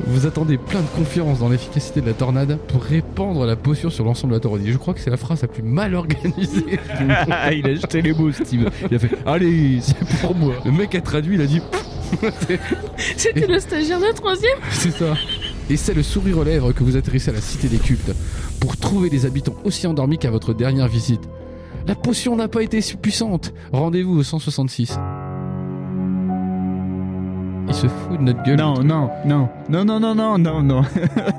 S6: Vous attendez plein de confiance dans l'efficacité de la tornade pour répandre la potion sur l'ensemble de la tornade. Et Je crois que c'est la phrase la plus mal organisée. du monde.
S4: Ah, il a jeté les mots, Steve. Il a fait Allez, c'est pour moi.
S6: Le mec a traduit, il a dit
S2: C'était le stagiaire de troisième
S6: C'est ça. Et c'est le sourire aux lèvres que vous atterrissez à la Cité des Cultes pour trouver des habitants aussi endormis qu'à votre dernière visite. La potion n'a pas été si puissante. Rendez-vous au 166. Il se fout de notre gueule.
S4: Non, non, non, non, non, non, non, non, non,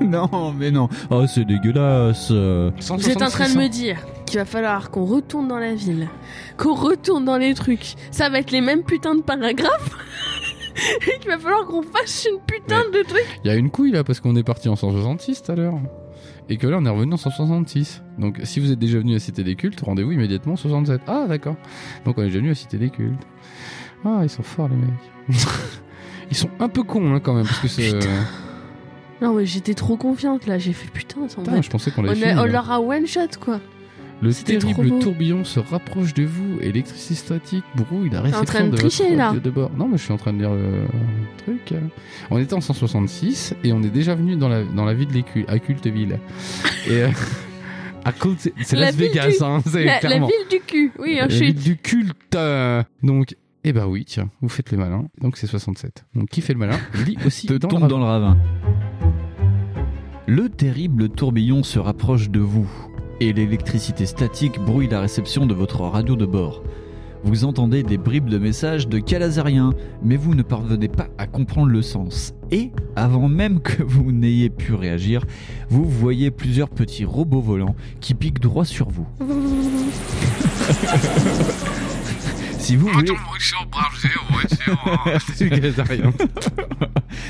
S4: non, mais non. Oh, c'est dégueulasse. euh.
S2: Vous êtes en train de me dire qu'il va falloir qu'on retourne dans la ville, qu'on retourne dans les trucs. Ça va être les mêmes putains de paragraphes et qu'il va falloir qu'on fasse une putain de truc.
S6: Il y a une couille là parce qu'on est parti en 166 tout à l'heure. Et que là on est revenu en 166. Donc si vous êtes déjà venu à Cité des Cultes, rendez-vous immédiatement au 67. Ah d'accord. Donc on est déjà venu à Cité des Cultes. Ah ils sont forts les mecs. ils sont un peu cons hein, quand même parce que c'est...
S2: Putain. Non, mais j'étais trop confiante là, j'ai fait putain, ça en
S6: Putain,
S2: vrai.
S6: je pensais qu'on
S2: On,
S6: l'avait
S2: a-
S6: fini.
S2: on
S6: là.
S2: leur a one shot quoi.
S6: Le
S2: c'était trop beau.
S6: terrible tourbillon se rapproche de vous, électricité statique brouille la réception
S2: train de
S6: votre
S2: tricher, là.
S6: radio de bord. Non, mais je suis en train de lire le truc. On était en 166 et on est déjà venu dans la, dans la ville de l'écu, à Culteville. Et euh, à Culte, c'est
S2: La
S6: Las
S2: ville
S6: Vegas,
S2: du-
S6: hein, c'est
S2: La, la
S6: clairement.
S2: ville du cul, oui, hein,
S6: La
S2: je suis.
S6: ville du culte. euh. Donc, eh ben oui, tiens, vous faites les malins. Donc c'est 67. Donc qui fait le malin, lui aussi
S4: te
S6: dans le
S4: tombe
S6: ravin.
S4: dans le ravin. Le terrible tourbillon se rapproche de vous et l'électricité statique brouille la réception de votre radio de bord. Vous entendez des bribes de messages de calazariens, mais vous ne parvenez pas à comprendre le sens. Et, avant même que vous n'ayez pu réagir, vous voyez plusieurs petits robots volants qui piquent droit sur vous. si vous voulez...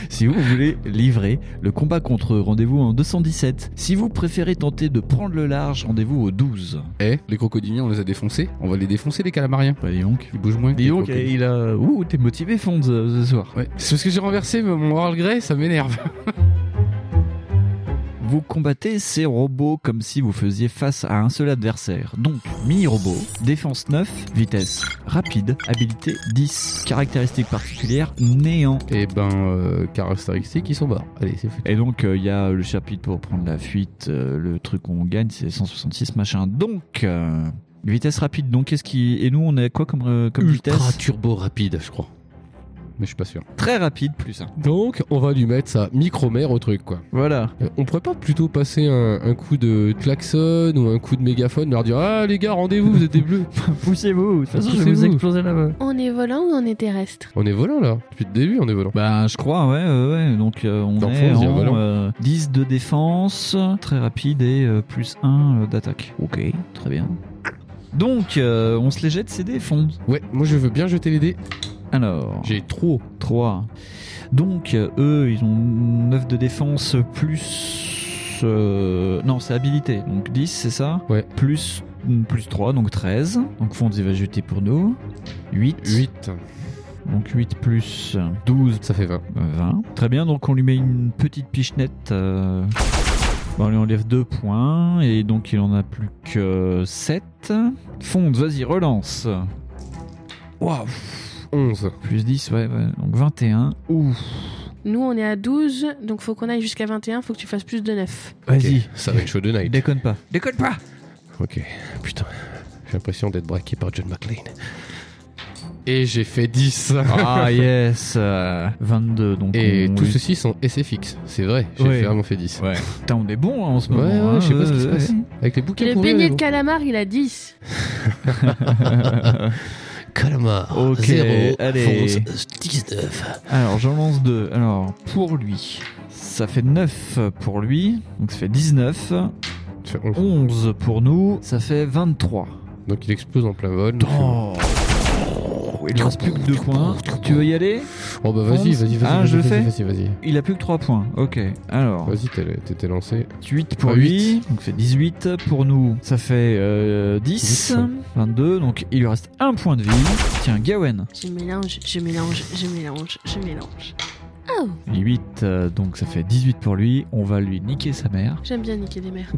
S4: si vous voulez livrer le combat contre eux, rendez-vous en 217. Si vous préférez tenter de prendre le large, rendez-vous au 12.
S6: Eh, les crocodiliens, on les a défoncés. On va les défoncer, les calamariens.
S4: Bah dis donc.
S6: Ils bougent moins que
S4: Dis
S6: les
S4: donc,
S6: crocodiles.
S4: il a... Ouh, t'es motivé, Fonds, ce soir.
S6: Ouais. C'est parce que j'ai renversé mon Earl Grey, ça m'énerve.
S4: Vous combattez ces robots comme si vous faisiez face à un seul adversaire. Donc, mini-robot, défense 9, vitesse rapide, habilité 10, caractéristiques particulières, néant.
S6: Et ben, euh, caractéristiques, ils sont bas. Allez, c'est foutu.
S4: Et donc, euh, il y a le chapitre pour prendre la fuite, euh, le truc qu'on gagne, c'est 166 machin. Donc, euh, vitesse rapide. Donc, qu'est-ce qui. Et nous, on a quoi comme, euh, comme vitesse
S6: turbo rapide, je crois. Mais je suis pas sûr.
S4: Très rapide, plus 1.
S6: Donc, on va lui mettre sa micromère au truc, quoi.
S4: Voilà.
S6: Euh, On pourrait pas plutôt passer un, un coup de klaxon ou un coup de mégaphone, leur dire Ah les gars, rendez-vous, vous êtes des bleus.
S4: Poussez-vous, de toute façon, je vais
S6: Poussez-vous.
S4: vous exploser là-bas.
S1: On est volant ou on est terrestre
S6: On est volant là. Depuis le début, on est volant.
S4: Bah, je crois, ouais, ouais, ouais. Donc, euh, on
S6: Dans le
S4: est
S6: fond, on dirait
S4: en,
S6: volant.
S4: euh, 10 de défense, très rapide et euh, plus 1 d'attaque. Ok, très bien. Donc, euh, on se les jette, c'est des fonds.
S6: Ouais, moi je veux bien jeter les dés.
S4: Alors.
S6: J'ai trop.
S4: 3. Donc, euh, eux, ils ont 9 de défense plus. euh, non, c'est habilité. Donc 10, c'est ça
S6: Ouais.
S4: Plus, plus 3, donc 13. Donc Fonds, il va jeter pour nous. 8.
S6: 8.
S4: Donc 8 plus 12,
S6: Ça fait 20.
S4: euh, 20. Très bien, donc on lui met une petite pichenette. euh, bon, on lui enlève 2 points. Et donc il en a plus que 7. Fonds, vas-y, relance. Waouh
S6: 11.
S4: Plus 10, ouais, ouais. Donc 21. Ouf.
S2: Nous, on est à 12, donc faut qu'on aille jusqu'à 21, faut que tu fasses plus de 9.
S4: Vas-y.
S3: Ok, Ça va être chaud de night.
S4: Déconne pas.
S6: Déconne pas
S3: Ok, putain. J'ai l'impression d'être braqué par John McClane. Et j'ai fait 10.
S4: Ah yes. euh, 22 donc.
S3: Et
S4: on-
S3: tout
S4: oui.
S3: ceci sont SFX, c'est vrai, j'ai
S4: Ouais.
S3: vraiment fait 10.
S4: Ouais. Putain, on est bon hein, en ce
S3: Ouais,
S4: moment.
S3: ouais,
S4: hein,
S3: je sais pas ce qui se passe. Avec les bouquins
S2: Le
S3: pourris,
S2: beignet
S3: mais
S2: de
S3: bon.
S2: calamar, il a 10.
S3: Calamar,
S4: Ok,
S3: 0,
S4: allez.
S3: fonce, 19.
S4: Alors, j'en lance deux. Alors, pour lui, ça fait 9 pour lui, donc ça fait 19.
S3: Tu fais onze.
S4: 11 pour nous, ça fait 23.
S3: Donc il explose en plein vol. donc, euh,
S4: Oh Il ne reste plus que 2 points. Tu veux y aller
S3: Oh bah vas-y,
S4: Onze.
S3: vas-y, vas-y.
S4: Ah,
S3: vas-y,
S4: je le
S3: vas-y,
S4: fais
S3: Vas-y, vas-y.
S4: Il a plus que 3 points. Ok, alors.
S3: Vas-y, t'es- t'étais lancé.
S4: 8 pour
S3: Ah,
S4: lui, donc ça fait 18. Pour nous, ça fait euh, 10.
S3: 10.
S4: 22, donc il lui reste 1 point de vie. Tiens, Gawen.
S2: Je mélange, je mélange, je mélange, je mélange. Oh
S4: 8, euh, donc ça fait 18 pour lui. On va lui niquer sa mère.
S2: J'aime bien niquer des mères.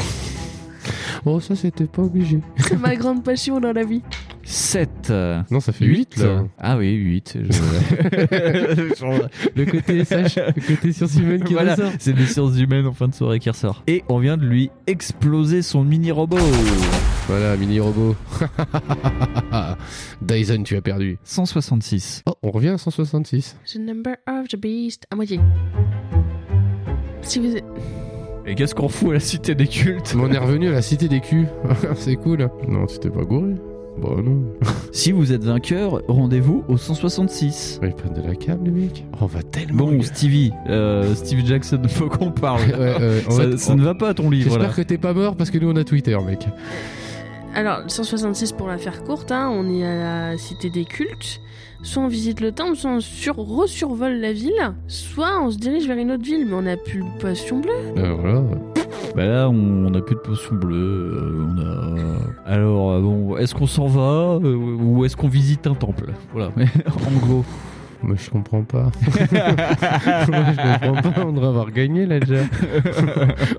S3: Oh, ça c'était pas obligé.
S2: C'est ma grande passion dans la vie.
S4: 7.
S3: Non, ça fait 8, là.
S4: Ah oui, 8. je-
S3: Le côté SH, le côté science humaine qui
S4: voilà,
S3: ressort.
S4: c'est des sciences humaines en fin de soirée qui ressort. Et on vient de lui exploser son mini-robot.
S3: Voilà, mini robot. Dyson, tu as perdu.
S4: 166.
S3: Oh, on revient à 166.
S2: The number of Oh, the beast. À moitié. Si vous êtes...
S4: Et qu'est-ce qu'on fout à la cité des cultes
S3: Mais on est revenu à la cité des culs. c'est cool. Non, tu t'es pas gouré. Bah non.
S4: Si vous êtes vainqueur, rendez-vous au 166.
S3: Ils prennent de la câble, les mecs. On va tellement.
S4: Bon, Stevie, euh, Steve Jackson, faut qu'on parle.
S3: Ouais, euh, on
S4: ça,
S3: va-
S4: ça ne va pas à ton livre
S3: J'espère
S4: là.
S3: que t'es pas mort parce que nous on a Twitter, mec.
S2: Alors, 166 pour la faire courte, hein, on est à la cité des cultes. Soit on visite le temple, soit on sur resurvole la ville, soit on se dirige vers une autre ville, mais on n'a plus le passion bleue.
S3: Euh, voilà.
S4: Bah là, on n'a plus de potion bleue. euh, on a. Alors euh, bon, est-ce qu'on s'en va euh, ou est-ce qu'on visite un temple Voilà. en gros.
S3: Moi je comprends pas. Moi je comprends pas. On devrait avoir gagné là déjà.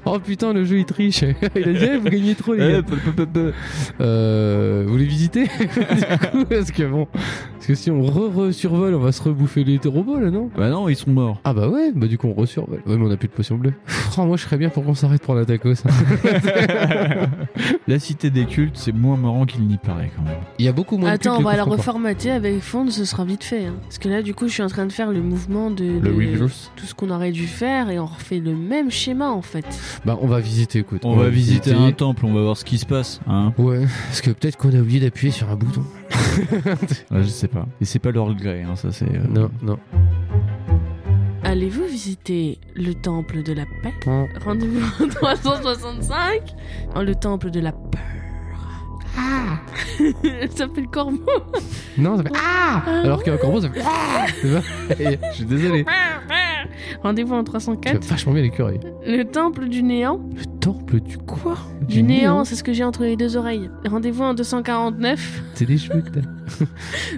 S3: oh putain, le jeu il triche. il a dit, eh, vous gagnez trop les
S4: Eh,
S3: gars.
S4: peu, peu, peu, peu.
S3: Euh, vous les visitez Du coup, parce que bon. Parce que si on re-re-survole, on va se rebouffer les robots là, non
S4: Bah non, ils sont morts.
S3: Ah bah ouais, bah du coup on resurvole. Ouais, mais on a plus de potion bleue. Oh, moi je serais bien pour qu'on s'arrête pour la tacos.
S4: La cité des cultes, c'est moins marrant qu'il n'y paraît quand même.
S3: Il y a beaucoup moins de
S2: Attends,
S3: pubs
S2: on
S3: qu'on
S2: va la
S3: se rend compte.
S2: reformater avec Fond, ce sera vite fait. hein. Parce que là, du coup, je suis en train de faire le mouvement de,
S3: Le
S2: de-
S3: reverse.
S2: tout ce qu'on aurait dû faire et on refait le même schéma en fait.
S3: Bah on va visiter, écoute.
S4: On va visiter un temple, on va voir ce qui se passe. Hein
S3: Ouais, parce que peut-être qu'on a oublié d'appuyer sur un bouton.
S4: Ah, je sais pas. Et c'est pas leur regret, hein, ça c'est. euh,
S3: Non, non.
S2: Allez-vous visiter le temple de la paix Rendez-vous en 365 en le temple de la peur. Ah Ça fait le corbeau
S3: Non, ça fait Ah Alors qu'un corbeau, ça fait Ah Tu vois Et Je suis désolé.
S2: Rendez-vous en
S3: Tu fais
S2: 304
S3: vachement bien l'écureuil.
S2: Le temple du néant
S3: Le temple du quoi
S2: Du, néant, c'est ce que j'ai entre les deux oreilles. Rendez-vous en 249
S3: C'est des cheveux que t'as.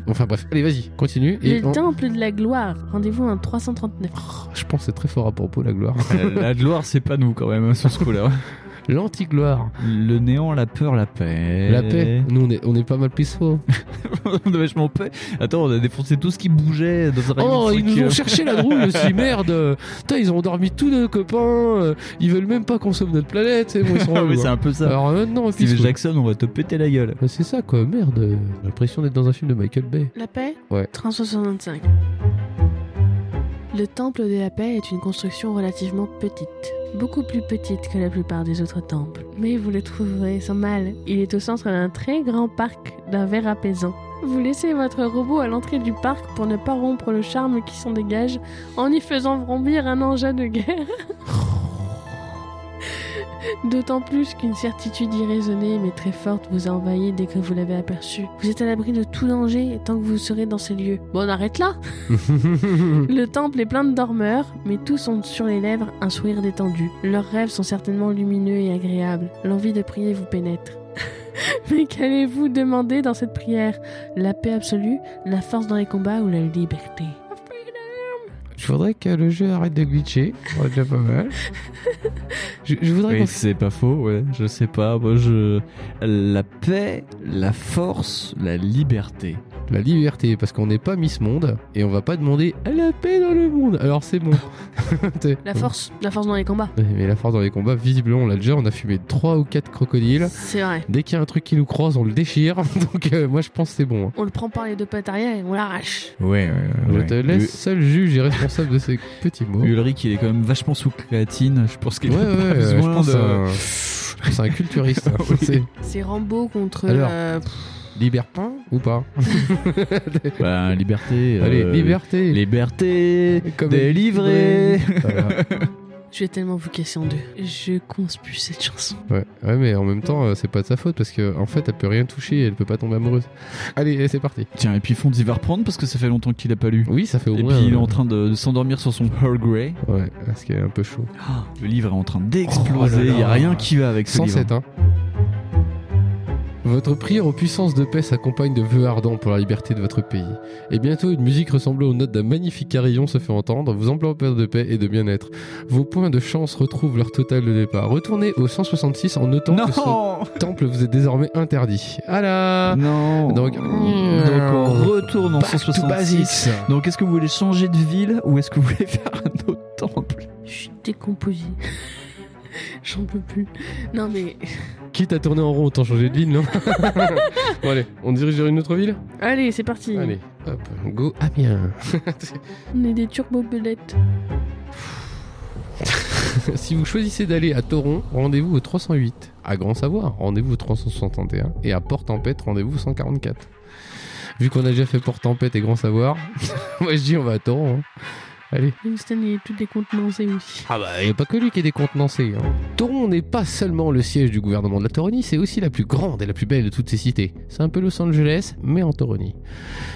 S3: enfin bref, allez, vas-y, continue. Et
S2: Le
S3: on-
S2: temple de la gloire Rendez-vous en 339
S3: Oh, Je pense que c'est très fort à propos, la gloire.
S4: euh, la gloire, c'est pas nous quand même, hein, sur ce coup-là.
S3: L'anti-gloire.
S4: Le néant, la peur, la paix.
S3: La paix. Nous, on est, on est pas mal peaceful.
S4: on a vachement paix. Attends, on a défoncé tout ce qui bougeait dans un rayon
S3: Oh,
S4: de
S3: ils
S4: trucs,
S3: nous
S4: euh,
S3: ont cherché la drouille aussi, merde. Putain, ils ont endormi tous nos copains. euh, Ils veulent même pas qu'on sauve notre planète. c'est bon, ils sont
S4: Ah, mais
S3: relous,
S4: c'est
S3: hein.
S4: un peu ça.
S3: Alors maintenant,
S4: Steve
S3: peaceful.
S4: Jackson, on va te péter la gueule.
S3: Ouais, C'est ça quoi, merde. euh, J'ai l'impression d'être dans un film de Michael Bay.
S2: La paix
S3: Ouais.
S2: 365 Le temple de la paix est une construction relativement petite, beaucoup plus petite que la plupart des autres temples. Mais vous le trouverez sans mal. Il est au centre d'un très grand parc d'un vert apaisant. Vous laissez votre robot à l'entrée du parc pour ne pas rompre le charme qui s'en dégage en y faisant vrombir un engin de guerre. D'autant plus qu'une certitude irraisonnée mais très forte vous a envahi dès que vous l'avez aperçu. Vous êtes à l'abri de tout danger tant que vous serez dans ces lieux. Bon, on arrête là le temple est plein de dormeurs, mais tous ont sur les lèvres un sourire détendu. Leurs rêves sont certainement lumineux et agréables. L'envie de prier vous pénètre. mais qu'allez-vous demander dans cette prière La paix absolue, la force dans les combats ou la liberté
S3: Je voudrais que le jeu arrête de glitcher. On est déjà pas mal.
S6: Je, je voudrais
S4: Oui,
S6: qu'on-
S4: c'est pas faux, ouais. Je sais pas, moi je. La paix, la force, la liberté.
S6: la liberté parce qu'on n'est pas Miss Monde et on va pas demander à la paix dans le monde. Alors c'est bon. T'es-
S2: La force, la force dans les combats.
S6: Ouais, mais la force dans les combats, visiblement, on l'a déjà. On a fumé 3 ou 4 crocodiles.
S2: C'est vrai.
S6: Dès qu'il y a un truc qui nous croise, on le déchire. Donc euh, moi, je pense que c'est bon.
S2: On le prend par les deux pattes arrière et on l'arrache.
S4: Ouais, ouais,
S6: Je te laisse seul juge et responsable de ces petits mots. Ouais,
S4: Ulrich, il est quand même vachement sous créatine. Je pense euh, qu'il
S6: ouais,
S4: a pas
S6: ouais, je
S4: besoin
S6: pense
S4: de.
S6: à un- je pense à un culturiste. hein,
S4: Oui.
S6: C'est
S2: C'est Rambo contre.
S6: Alors.
S2: euh, pff,
S6: libertin ou pas
S4: Bah, liberté. euh,
S6: Allez, liberté.
S4: Liberté.
S6: Comme-
S4: Délivrée.
S6: Voilà.
S2: je vais tellement vous casser en deux. Je conspue cette chanson.
S6: Ouais, ouais, mais en même temps, euh, c'est pas de sa faute parce que en fait, elle peut rien toucher et elle peut pas tomber amoureuse. Allez, c'est parti.
S4: Tiens, et puis Fonz, il va reprendre parce que ça fait longtemps qu'il a pas lu.
S6: Oui, ça fait au
S4: Et
S6: moins.
S4: puis il est
S6: euh,
S4: en train de, de s'endormir sur son Earl Grey.
S6: Ouais, parce qu'elle est un peu chaud.
S4: Le livre est en train d'exploser.
S6: Oh là là.
S4: il y a rien qui va avec ce livre.
S6: 107, hein. Votre prière aux puissances de paix s'accompagne de vœux ardents pour la liberté de votre pays. Et bientôt, une musique ressemblant aux notes d'un magnifique carillon se fait entendre, vous enveloppant de paix et de bien-être. Vos points de chance retrouvent leur total de départ. Retournez au 166 en notant que ce
S4: Non.
S6: temple vous est désormais interdit. Ah là
S4: Non.
S6: Donc-
S4: Donc, on retourne en 166. Donc, est-ce que vous voulez changer de ville ou est-ce que vous voulez faire un autre temple
S2: Je suis décomposée. J'en peux plus. Non mais.
S6: Quitte à tourner en rond, autant changer de ville, non Bon allez, on dirige vers une autre ville
S2: Allez, c'est parti.
S6: Allez, Ah, hop, go Amiens
S2: On est des turbobelettes.
S6: Si vous choisissez d'aller à Toron, rendez-vous au 308. À Grand Savoir, rendez-vous au 361. Et à Port-Tempête, rendez-vous au 144. Vu qu'on a déjà fait Port-Tempête et Grand Savoir, moi je dis on va à Toron. hein. Allez.
S2: Winston, il est tout décontenancé aussi.
S6: Ah bah, il n'y a pas que lui qui est décontenancé. hein. Toron n'est pas seulement le siège du gouvernement de la Toronie, c'est aussi la plus grande et la plus belle de toutes ces cités. C'est un peu Los Angeles, mais en Toronie.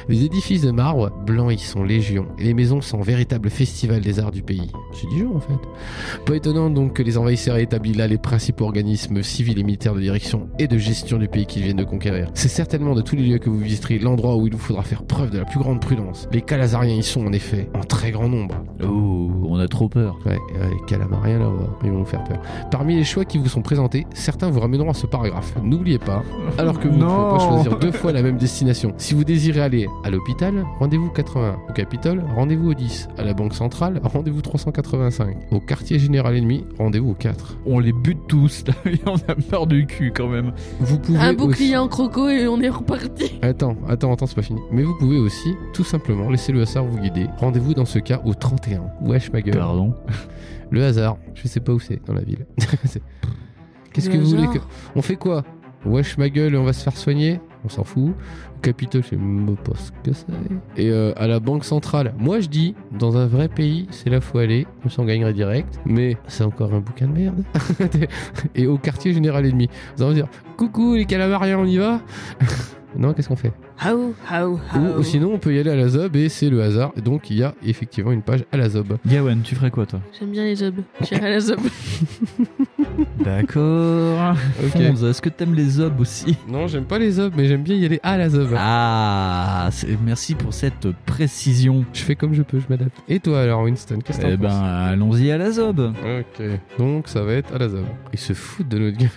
S6: Les édifices de marbre, blancs ils sont légion, et les maisons sont un véritable festival des arts du pays. C'est Dijon en fait. Pas étonnant donc que les envahisseurs aient établi là les principaux organismes civils et militaires de direction et de gestion du pays qu'ils viennent de conquérir. C'est certainement de tous les lieux que vous visiterez l'endroit où il vous faudra faire preuve de la plus grande prudence. Les Calazariens y sont en effet en très grand nombre.
S4: Oh, on a trop peur.
S6: Ouais, ouais, les calamariens là-bas, ils vont vous faire peur. Parmi les choix qui vous sont présentés, certains vous ramèneront à ce paragraphe. N'oubliez pas, alors que vous ne pouvez pas
S4: Non.
S6: choisir deux fois la même destination. Si vous désirez aller à l'hôpital, rendez-vous 81. Au Capitole, rendez-vous au 10. À la Banque Centrale, rendez-vous 385. Au quartier général ennemi, rendez-vous au 4.
S4: On les bute tous, là, et on a peur du cul quand même.
S6: Vous pouvez
S2: Un
S6: aussi-
S2: bouclier en croco et on est reparti.
S6: Attends, attends, attends, c'est pas fini. Mais vous pouvez aussi, tout simplement, laisser le hasard vous guider. Rendez-vous dans ce cas au 31. Wesh ma gueule.
S4: Pardon.
S6: Le hasard, je sais pas où c'est dans la ville. C'est- Qu'est-ce
S2: Le
S6: que vous voulez
S2: hasard.
S6: que... On fait quoi Wesh ma gueule, on va se faire soigner On s'en fout. Au Capitole, je sais même pas ce que c'est. Et euh, à la Banque Centrale, moi je dis, dans un vrai pays, c'est là faut aller, comme ça on gagnerait direct. Mais c'est encore un bouquin de merde. Et au quartier général ennemi, vous allez me dire, coucou les calamariens, on y va Non, qu'est-ce qu'on fait
S2: How, how,
S6: Ou sinon, on peut y aller à la Zob et c'est le hasard. Donc, il y a effectivement une page à la Zob.
S4: Gawen, tu ferais quoi toi
S2: J'aime bien les zobes. J'irai à la zob.
S4: D'accord.
S6: Ok.
S4: Fonz, est-ce que t'aimes les obs aussi
S6: Non, j'aime pas les Zob, mais j'aime bien y aller à la Zob.
S4: Ah, c'est- merci pour cette précision.
S6: Je fais comme je peux, je m'adapte. Et toi alors, Winston, qu'est-ce que t'en
S4: Eh ben, allons-y à la zob.
S6: penses Ok. Donc, ça va être à la ZAB. Ils se foutent de notre gueule.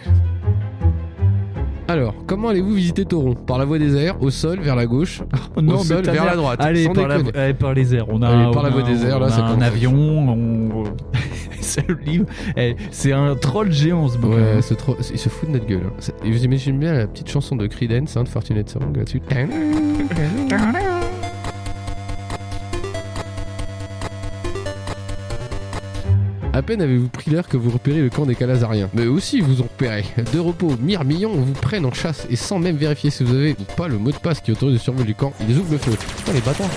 S6: Alors, comment allez-vous visiter Toron Par la voie des airs, au sol, vers la gauche,
S4: Oh non,
S6: au
S4: mais
S6: sol,
S4: ta
S6: vers la
S4: mère-
S6: droite.
S4: Allez
S6: sans
S4: par, la-
S6: déconner.
S4: allez, par les airs. On a,
S6: Allez, par la
S4: on
S6: voie
S4: a-
S6: des airs,
S4: on
S6: là,
S4: a
S6: c'est
S4: un
S6: pas-
S4: avion. on- c'est le livre. Eh, c'est un troll géant ce bouquin.
S6: Ouais, c'est trop... ils se foutent de notre gueule. hein. C'est- Et vous imaginez bien la petite chanson de Creedence, hein, de Fortunate Song là-dessus. À peine avez-vous pris l'air que vous repérez le camp des Calazariens. Mais eux aussi, ils vous ont repéré. De repos, mirmillon, vous prennent en chasse et sans même vérifier si vous avez ou pas le mot de passe qui autorise le survol du camp, ils ouvrent le feu. Putain, les bâtards.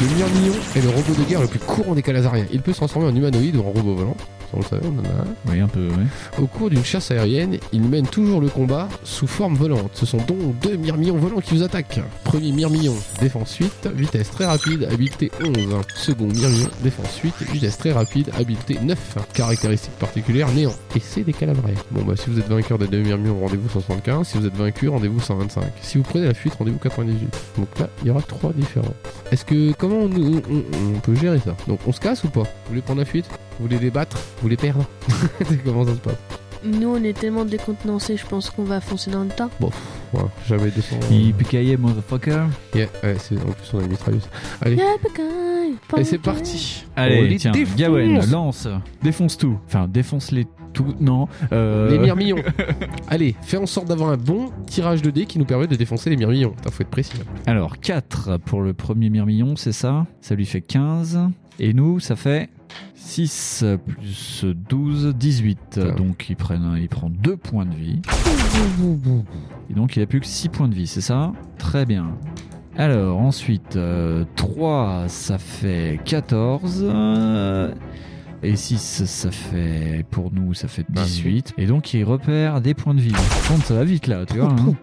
S6: Le mirmillon est le robot de guerre le plus courant des Calazariens. Il peut se transformer en humanoïde ou en robot volant. Ça, on le savait, on en a un.
S4: Oui, un peu, ouais.
S6: Au cours d'une chasse aérienne, ils mènent toujours le combat sous forme volante. Ce sont donc deux mirmillons volants qui vous attaquent. Premier mirmillon, défense 8, vitesse très rapide, habileté 11. Second mirmillon, défense 8, vitesse très rapide, habileté 9. Caractéristique particulière, néant. Et c'est des calabrais. Bon bah si vous êtes vainqueur des deux mirmillons, rendez-vous 175. Si vous êtes vaincu, rendez-vous 125. Si vous prenez la fuite, rendez-vous 98. Donc là, il y aura trois différents. Est-ce que... Comment on, on- on- on peut gérer ça Donc on se casse ou pas Vous voulez prendre la fuite Vous voulez débattre Vous les perdre Comment ça se passe
S2: Nous, on est tellement décontenancés, je pense qu'on va foncer dans le tas.
S6: Ouais, Jamais descendre.
S4: Yippee-ki-yay, motherfucker.
S6: Yeah, ouais, c'est en plus on a une mitrailleuse. Allez, et c'est parti. On
S4: Allez,
S6: les
S4: tiens,
S6: défonce.
S4: Gawain, lance. Oh, Défonce tout. Enfin, défonce-les tout. Non. Euh...
S6: Les mirmillons. Allez, fais en sorte d'avoir un bon tirage de dés qui nous permet de défoncer les mirmillons. Putain, faut être précis. là.
S4: Alors, 4 pour le premier mirmillon, c'est ça Ça lui fait 15. Et nous, ça fait 6 plus 12, 18.
S6: Ah.
S4: Donc, il, prennent un- il prend 2 points de vie. Et donc, il a plus que 6 points de vie, c'est ça Très bien. Alors, ensuite, 3, ça fait 14. euh, et 6, ça fait, pour nous, ça fait
S6: Bah,
S4: 18. Et donc, il repère des points de vie. Par contre, ça va vite, là, tu vois. hein.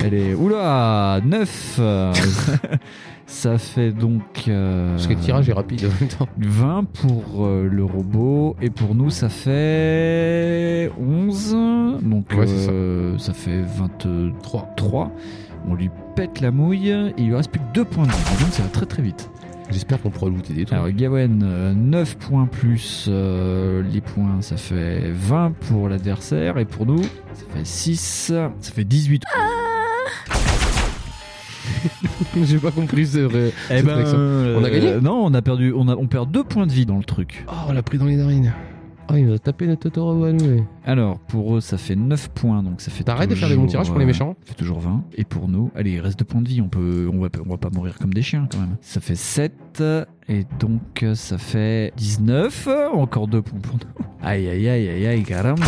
S4: Elle est. Oula 9 Ça fait donc. euh,
S6: Parce que le tirage est rapide en même temps.
S4: 20 pour euh, le robot et pour nous ça fait 11 donc
S6: Ouais, c'est
S4: euh, ça. fait 23
S6: Trois.
S4: 3 on lui pète la mouille et il lui reste plus que 2 points de vie donc ça va très très vite
S6: J'espère qu'on pourra looter des trucs.
S4: alors Gawen euh, 9 points plus euh, les points ça fait 20 pour l'adversaire et pour nous ça fait 6 ça fait 18
S6: J'ai pas compris ce vrai.
S4: Eh
S6: cette
S4: ben,
S6: réaction. On a
S4: euh,
S6: gagné
S4: Non, on a perdu, on, a, on perd deux points de vie dans le truc.
S6: Oh, on l'a pris dans les narines. Oh, il nous a tapé notre Totoro à nous. ouais.
S4: Alors, pour eux, ça fait 9 points, donc ça fait.
S6: T'arrêtes de faire des bons
S4: toujours,
S6: tirages pour les
S4: euh,
S6: méchants
S4: Ça fait toujours 20. Et pour nous, allez, il reste deux points de vie, on, peut, on, va, pas- on va pas mourir comme des chiens quand même. Ça fait 7, et donc euh, ça fait 19, euh, encore deux points pour nous. Aïe aïe aïe aïe aïe, caramba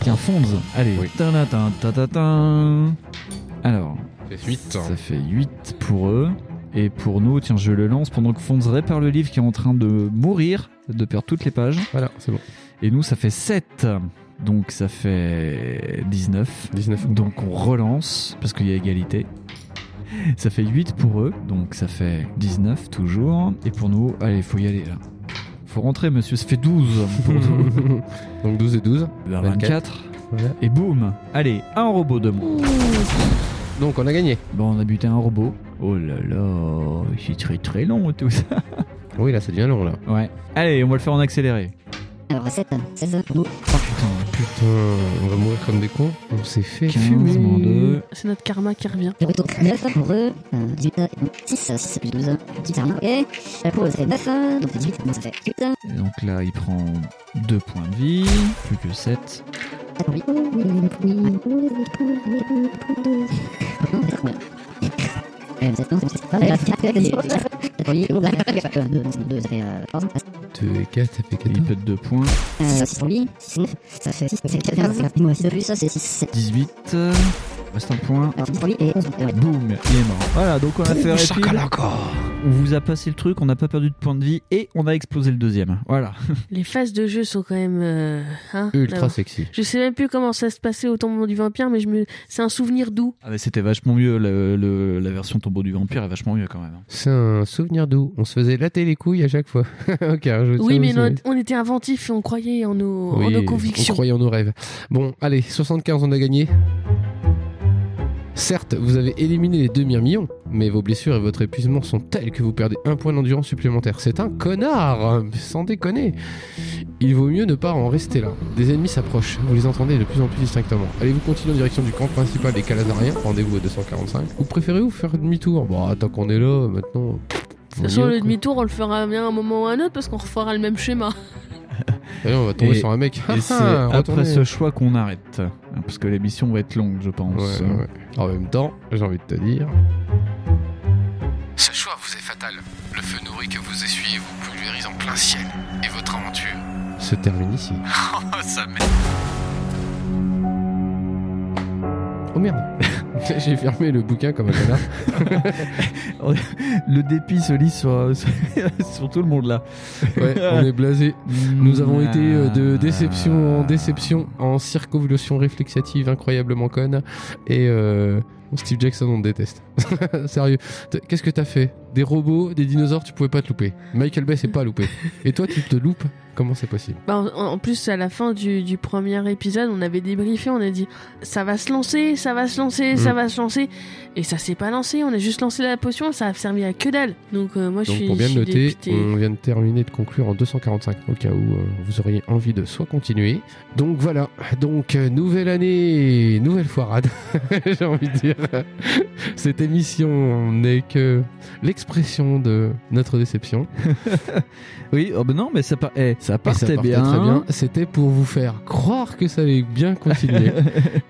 S4: Tiens, Fonz, allez.
S6: Oui.
S4: Tanatin, tatatin. Alors,
S6: C'est 8.
S4: ça fait 8 pour eux. Et pour nous, tiens, je le lance pendant que Fonz répare le livre qui est en train de mourir, de perdre toutes les pages.
S6: Voilà, c'est bon.
S4: Et nous, ça fait 7. Donc ça fait 19.
S6: 19.
S4: Donc on relance, parce qu'il y a égalité. Ça fait 8 pour eux, donc ça fait 19 toujours. Et pour nous, allez, faut y aller là. Faut rentrer, monsieur, ça fait 12 pour nous.
S6: Donc 12 et 12.
S4: Ben,
S6: 24.
S4: 24.
S6: Voilà.
S4: Et boum Allez, un robot de moins.
S6: Donc on a gagné.
S4: Bon, on a buté un robot. Oh là là, c'est très très long tout ça.
S6: Oui, là, ça devient long, là.
S4: Ouais. Allez, on va le faire en accéléré.
S8: Recette 16 pour nous.
S6: Putain, on va mourir comme des cons. On s'est fait
S4: 15
S6: fumer.
S4: moins 2.
S2: C'est notre karma qui revient.
S8: Je retourne 9 pour eux. Euh, 18, euh, 6, euh, 6 plus 12, euh, 18 armes, ok. Euh, Pour eux, ça fait 9, euh, donc 18, donc ça fait 8. euh,
S4: Et donc là, il prend 2 points de vie, plus que 7.
S8: Attends, oui, oui, oui, oui, oui, oui, oui, oui, oui, oui. Non, peut-être qu'on l'a. Euh, vous êtes non, c'est bon, c'est pas vrai, là, c'est pas vrai, c'est bon, c'est pas vrai. Attends, oui, oui, oui, oui, euh, deux, non, c'est deux, ça fait, euh, 14, euh,
S6: 2 et 4, ça fait
S4: Il
S6: 14.
S4: pète 2 points.
S8: six, euh, six pour lui, six, neuf, ça fait six, ça fait quatorze, et moi, six de plus, ça, c'est six, sept.
S4: 18. euh, Reste un point.
S8: Alors, dix pour lui et onze, euh, ouais.
S4: Boum, il est mort. Voilà, donc on a fait rapide. On vous a passé le truc, on n'a pas perdu de points de vie et on a explosé le deuxième. Voilà.
S2: Les phases de jeu sont quand même. euh, hein,
S6: Ultra
S2: là-haut.
S6: sexy.
S2: Je sais même plus comment ça se passait au tombeau du vampire, mais je me... c'est un souvenir doux.
S4: Ah mais c'était vachement mieux, le- le- la version tombeau du vampire est vachement mieux quand même.
S6: C'est un souvenir doux. On se faisait latter les couilles à chaque fois. ok, hein, un jeu de
S2: Oui, mais
S6: ça aussi.
S2: notre- on était inventifs et on croyait en nos, en
S6: Oui,
S2: nos
S6: On
S2: convictions.
S6: croyait en nos rêves. Bon, allez, 75, on a gagné. Certes, vous avez éliminé les deux mirmillons, mais vos blessures et votre épuisement sont tels que vous perdez un point d'endurance supplémentaire. C'est un connard, hein, sans déconner. Il vaut mieux ne pas en rester là. Des ennemis s'approchent, vous les entendez de plus en plus distinctement. Allez-vous continuer en direction du camp principal des Calazariens Rendez-vous à 245. Ou préférez-vous faire demi-tour Bon, tant qu'on est là, maintenant...
S2: De toute façon, le demi-tour, on le fera bien à un moment ou à un autre parce qu'on refera le même schéma.
S6: D'ailleurs, on va tomber
S4: Et-
S6: sur un mec. Ah,
S4: Et c'est
S6: ah,
S4: Euh, après
S6: retournez.
S4: ce choix qu'on arrête. Hein, Parce que l'émission va être longue je pense.
S6: Ouais, ouais. En même temps, j'ai envie de te dire.
S5: Ce choix vous est fatal. Le feu nourri que vous essuyez vous pulvérise en plein ciel. Et votre aventure
S6: se termine ici.
S5: Oh, ça m'est...
S6: Oh merde J'ai fermé le bouquin comme un connard.
S4: Le dépit se lit sur, sur tout le monde là.
S6: Ouais, on est blasé. Nous avons été euh,
S4: Ah.
S5: Ah.
S6: de déception en déception, en circonvolution réflexative incroyablement conne. Et euh, Steve Jackson, on te déteste. Sérieux. T- Qu'est-ce que t'as fait Des robots, des dinosaures, tu pouvais pas te louper. Michael Bay s'est pas loupé. Et toi, tu te loupes Comment c'est possible
S2: Bah, en, en plus, à la fin du, du premier épisode, on avait débriefé, on a dit ça va se lancer, ça va se lancer, ça
S6: Mm.
S2: va se lancer. Et ça s'est pas lancé, on a juste lancé la potion, ça a servi à que dalle. Donc, euh, moi, je
S6: Donc
S2: suis.
S6: pour bien
S2: je
S6: le
S2: suis
S6: noter,
S2: dépitée.
S6: on vient de terminer de conclure en 245, au cas où euh, vous auriez envie de soit continuer. Donc voilà, donc euh, nouvelle année, nouvelle foirade, j'ai envie de dire. Cette émission n'est que l'expression de notre déception.
S4: Oui, oh ben non, mais ça, par- eh, ça
S6: Et
S4: partait
S6: ça partait
S4: bien.
S6: très bien. C'était pour vous faire croire que ça allait bien continuer,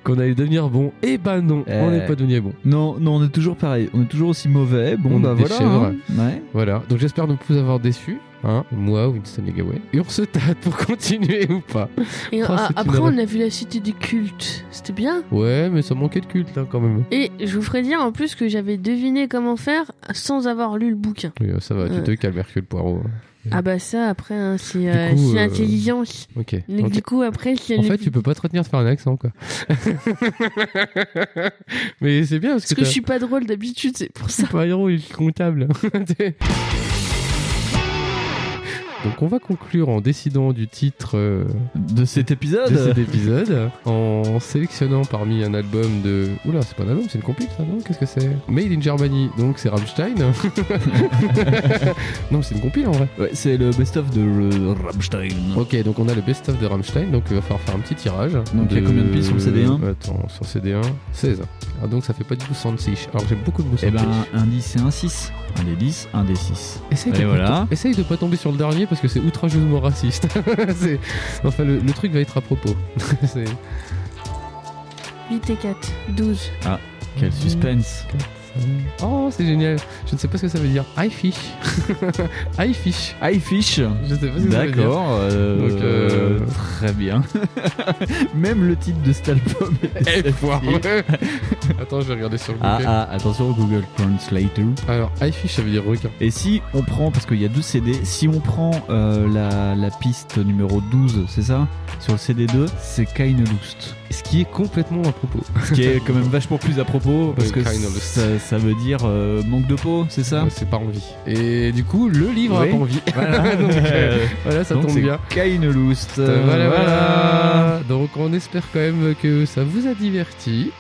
S6: qu'on allait devenir bon. Eh ben non, on
S4: Euh.
S6: n'est pas devenu bon.
S4: Non, non, on est toujours pareil. On est toujours aussi mauvais. Bon,
S6: On
S4: bah
S6: est des
S4: voilà.
S6: chèvres.
S4: hein. Ouais.
S6: Voilà, donc j'espère ne pas vous avoir déçu. Hein, moi ou Winston Legaway. Ursutad pour continuer ou pas
S2: Et,
S6: Oh,
S2: euh,
S6: c'est une
S2: après,
S6: horreur.
S2: on a vu la cité du culte. C'était bien.
S6: Ouais, mais ça manquait de culte là quand même.
S2: Et je vous ferai dire en plus que j'avais deviné comment faire sans avoir lu le bouquin.
S6: Oui, euh, ça va, tu
S2: Ouais.
S6: te calmes, Hercule Poirot. hein.
S2: Ah bah ça, après, hein, c'est euh,
S6: coup,
S2: c'est
S6: euh,
S2: intelligence.
S6: Ok.
S2: Donc,
S6: Ok.
S2: Du coup, après, c'est
S6: En
S2: le-
S6: fait, tu peux pas te retenir de faire un accent, quoi. Mais c'est bien parce que,
S2: Parce que je
S6: t'as-
S2: suis pas drôle d'habitude, c'est pour ça.
S6: C'est pas un héros, il est comptable. Donc on va conclure en décidant du titre euh,
S4: De cet épisode.
S6: de cet épisode, en sélectionnant parmi un album de... Oula, c'est pas un album, c'est une complique ça, non Qu'est-ce que c'est Made in Germany, donc c'est Rammstein. non, c'est une compile en vrai.
S4: Ouais, c'est le best-of de euh, Rammstein.
S6: Ok, donc on a le best-of de Rammstein, donc il va falloir faire un petit tirage.
S4: Donc, il y a combien de pistes sur le CD1
S6: Attends, sur CD1, 16. Ah, donc ça fait pas du tout 66. Alors j'ai beaucoup de
S4: Eh
S6: 66.
S4: ben, un 10 et un 6. Un des 10, un des 6.
S6: Essaye
S4: Et
S6: de,
S4: voilà.
S6: essaye de pas tomber sur le dernier parce que c'est outrageusement raciste. C'est- enfin, le, le truc va être à propos. C'est-
S2: 8 et 4, 12.
S4: Quel suspense.
S6: oh, c'est génial. Je ne sais pas ce que ça veut dire. I fish. I fish.
S4: I fish.
S6: Je ne sais pas ce que ça veut dire.
S4: D'accord. euh,
S6: Donc, euh,
S4: Très bien. Même le titre de cet album. est
S6: Eh, foire.
S4: sorti.
S6: Attends, je vais regarder sur le
S4: Ah,
S6: bouquet.
S4: ah, attention Google Translator.
S6: Alors, I fish, ça veut dire requin.
S4: Et si on prend, parce qu'il y a 12 CD, si on prend euh, la, la piste numéro 12, c'est ça Sur le CD2, c'est Keine Lust.
S6: Ce qui est complètement à propos.
S4: Ce qui est quand même vachement plus à propos, parce
S6: Oui,
S4: que
S6: Keine Lust.
S4: ça, ça veut dire euh, manque de peau, c'est ça
S6: Ouais, Ah, C'est pas envie. Et du coup, le livre
S4: Oui.
S6: a pas envie.
S4: Voilà,
S6: Donc, euh, voilà, ça
S4: Donc
S6: tombe
S4: c'est
S6: bien.
S4: Keine Lust.
S6: Euh,
S4: Euh,
S6: Voilà, voilà. Donc on espère quand même que ça vous a diverti.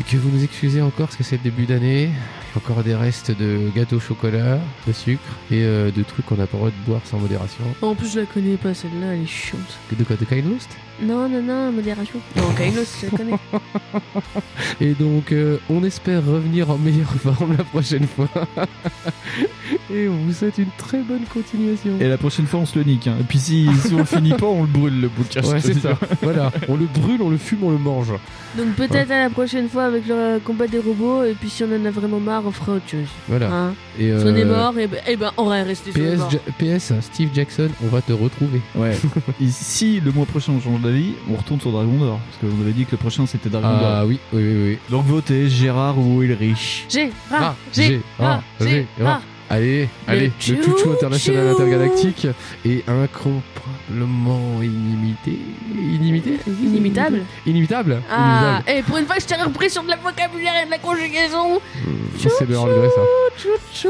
S6: Et que vous nous excusez encore parce que c'est le début d'année. Encore des restes de gâteau au chocolat, de sucre et euh, de trucs qu'on n'a pas le droit de boire sans modération.
S2: En plus, je la connais pas, celle-là, elle est chiante.
S6: De quoi De Kyle Lust
S9: Non, non, non, modération.
S2: Non, Kainos, je la connais.
S6: Et donc euh, on espère revenir en meilleure forme la prochaine fois. et on vous souhaite une très bonne continuation.
S4: Et la prochaine fois, on se le nique. hein. Et puis si, si on le finit pas, on le brûle le bouquin. je
S6: Ouais,
S4: te
S6: c'est
S4: dis.
S6: ça. voilà. On le brûle, on le fume, on le mange.
S2: Donc peut-être à la prochaine fois avec le combat des robots, et puis si on en a vraiment marre, on fera autre chose.
S6: Voilà.
S2: Hein
S6: Et,
S2: Si on est
S6: euh,
S2: mort, et ben, eh ben, on va rester sur le
S6: PS,
S2: mort.
S6: Ja- PS, Steve Jackson, on va te retrouver.
S4: Ouais. Et si le mois prochain on change d'avis, on retourne sur Dragon d'Or. Parce qu'on avait dit que le prochain c'était Dragon d'Or.
S6: Ah oui, oui, oui, oui.
S4: Donc votez Gérard ou Ulrich.
S2: J'ai,
S6: Ah,
S2: ra, j'ai, ra, j'ai, ra.
S6: Allez,
S2: Le
S6: allez, le
S2: tchou,
S6: chouchou international
S2: tchou.
S6: intergalactique est incomparablement inimité. Inimité
S2: Ah. Inimitable
S6: Inimitable
S2: Ah,
S6: Inimitable.
S2: et pour une fois, je t'ai repris sur de la vocabulaire et de la conjugaison.
S6: Mmh,
S2: Tchou,
S6: C'est le regret ça.
S2: Chouchou.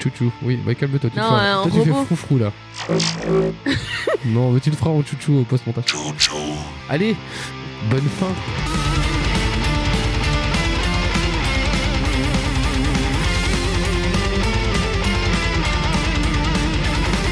S6: Chouchou, oui, bah calme-toi, tu,
S2: Non,
S6: le feras.
S2: euh, en
S6: Toi, tu fais
S2: robot.
S6: froufrou là. non, mais tu le feras en chouchou au post-montage. Allez, bonne fin
S2: Bonne fin.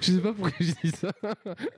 S6: Je sais pas pourquoi j'ai dit ça.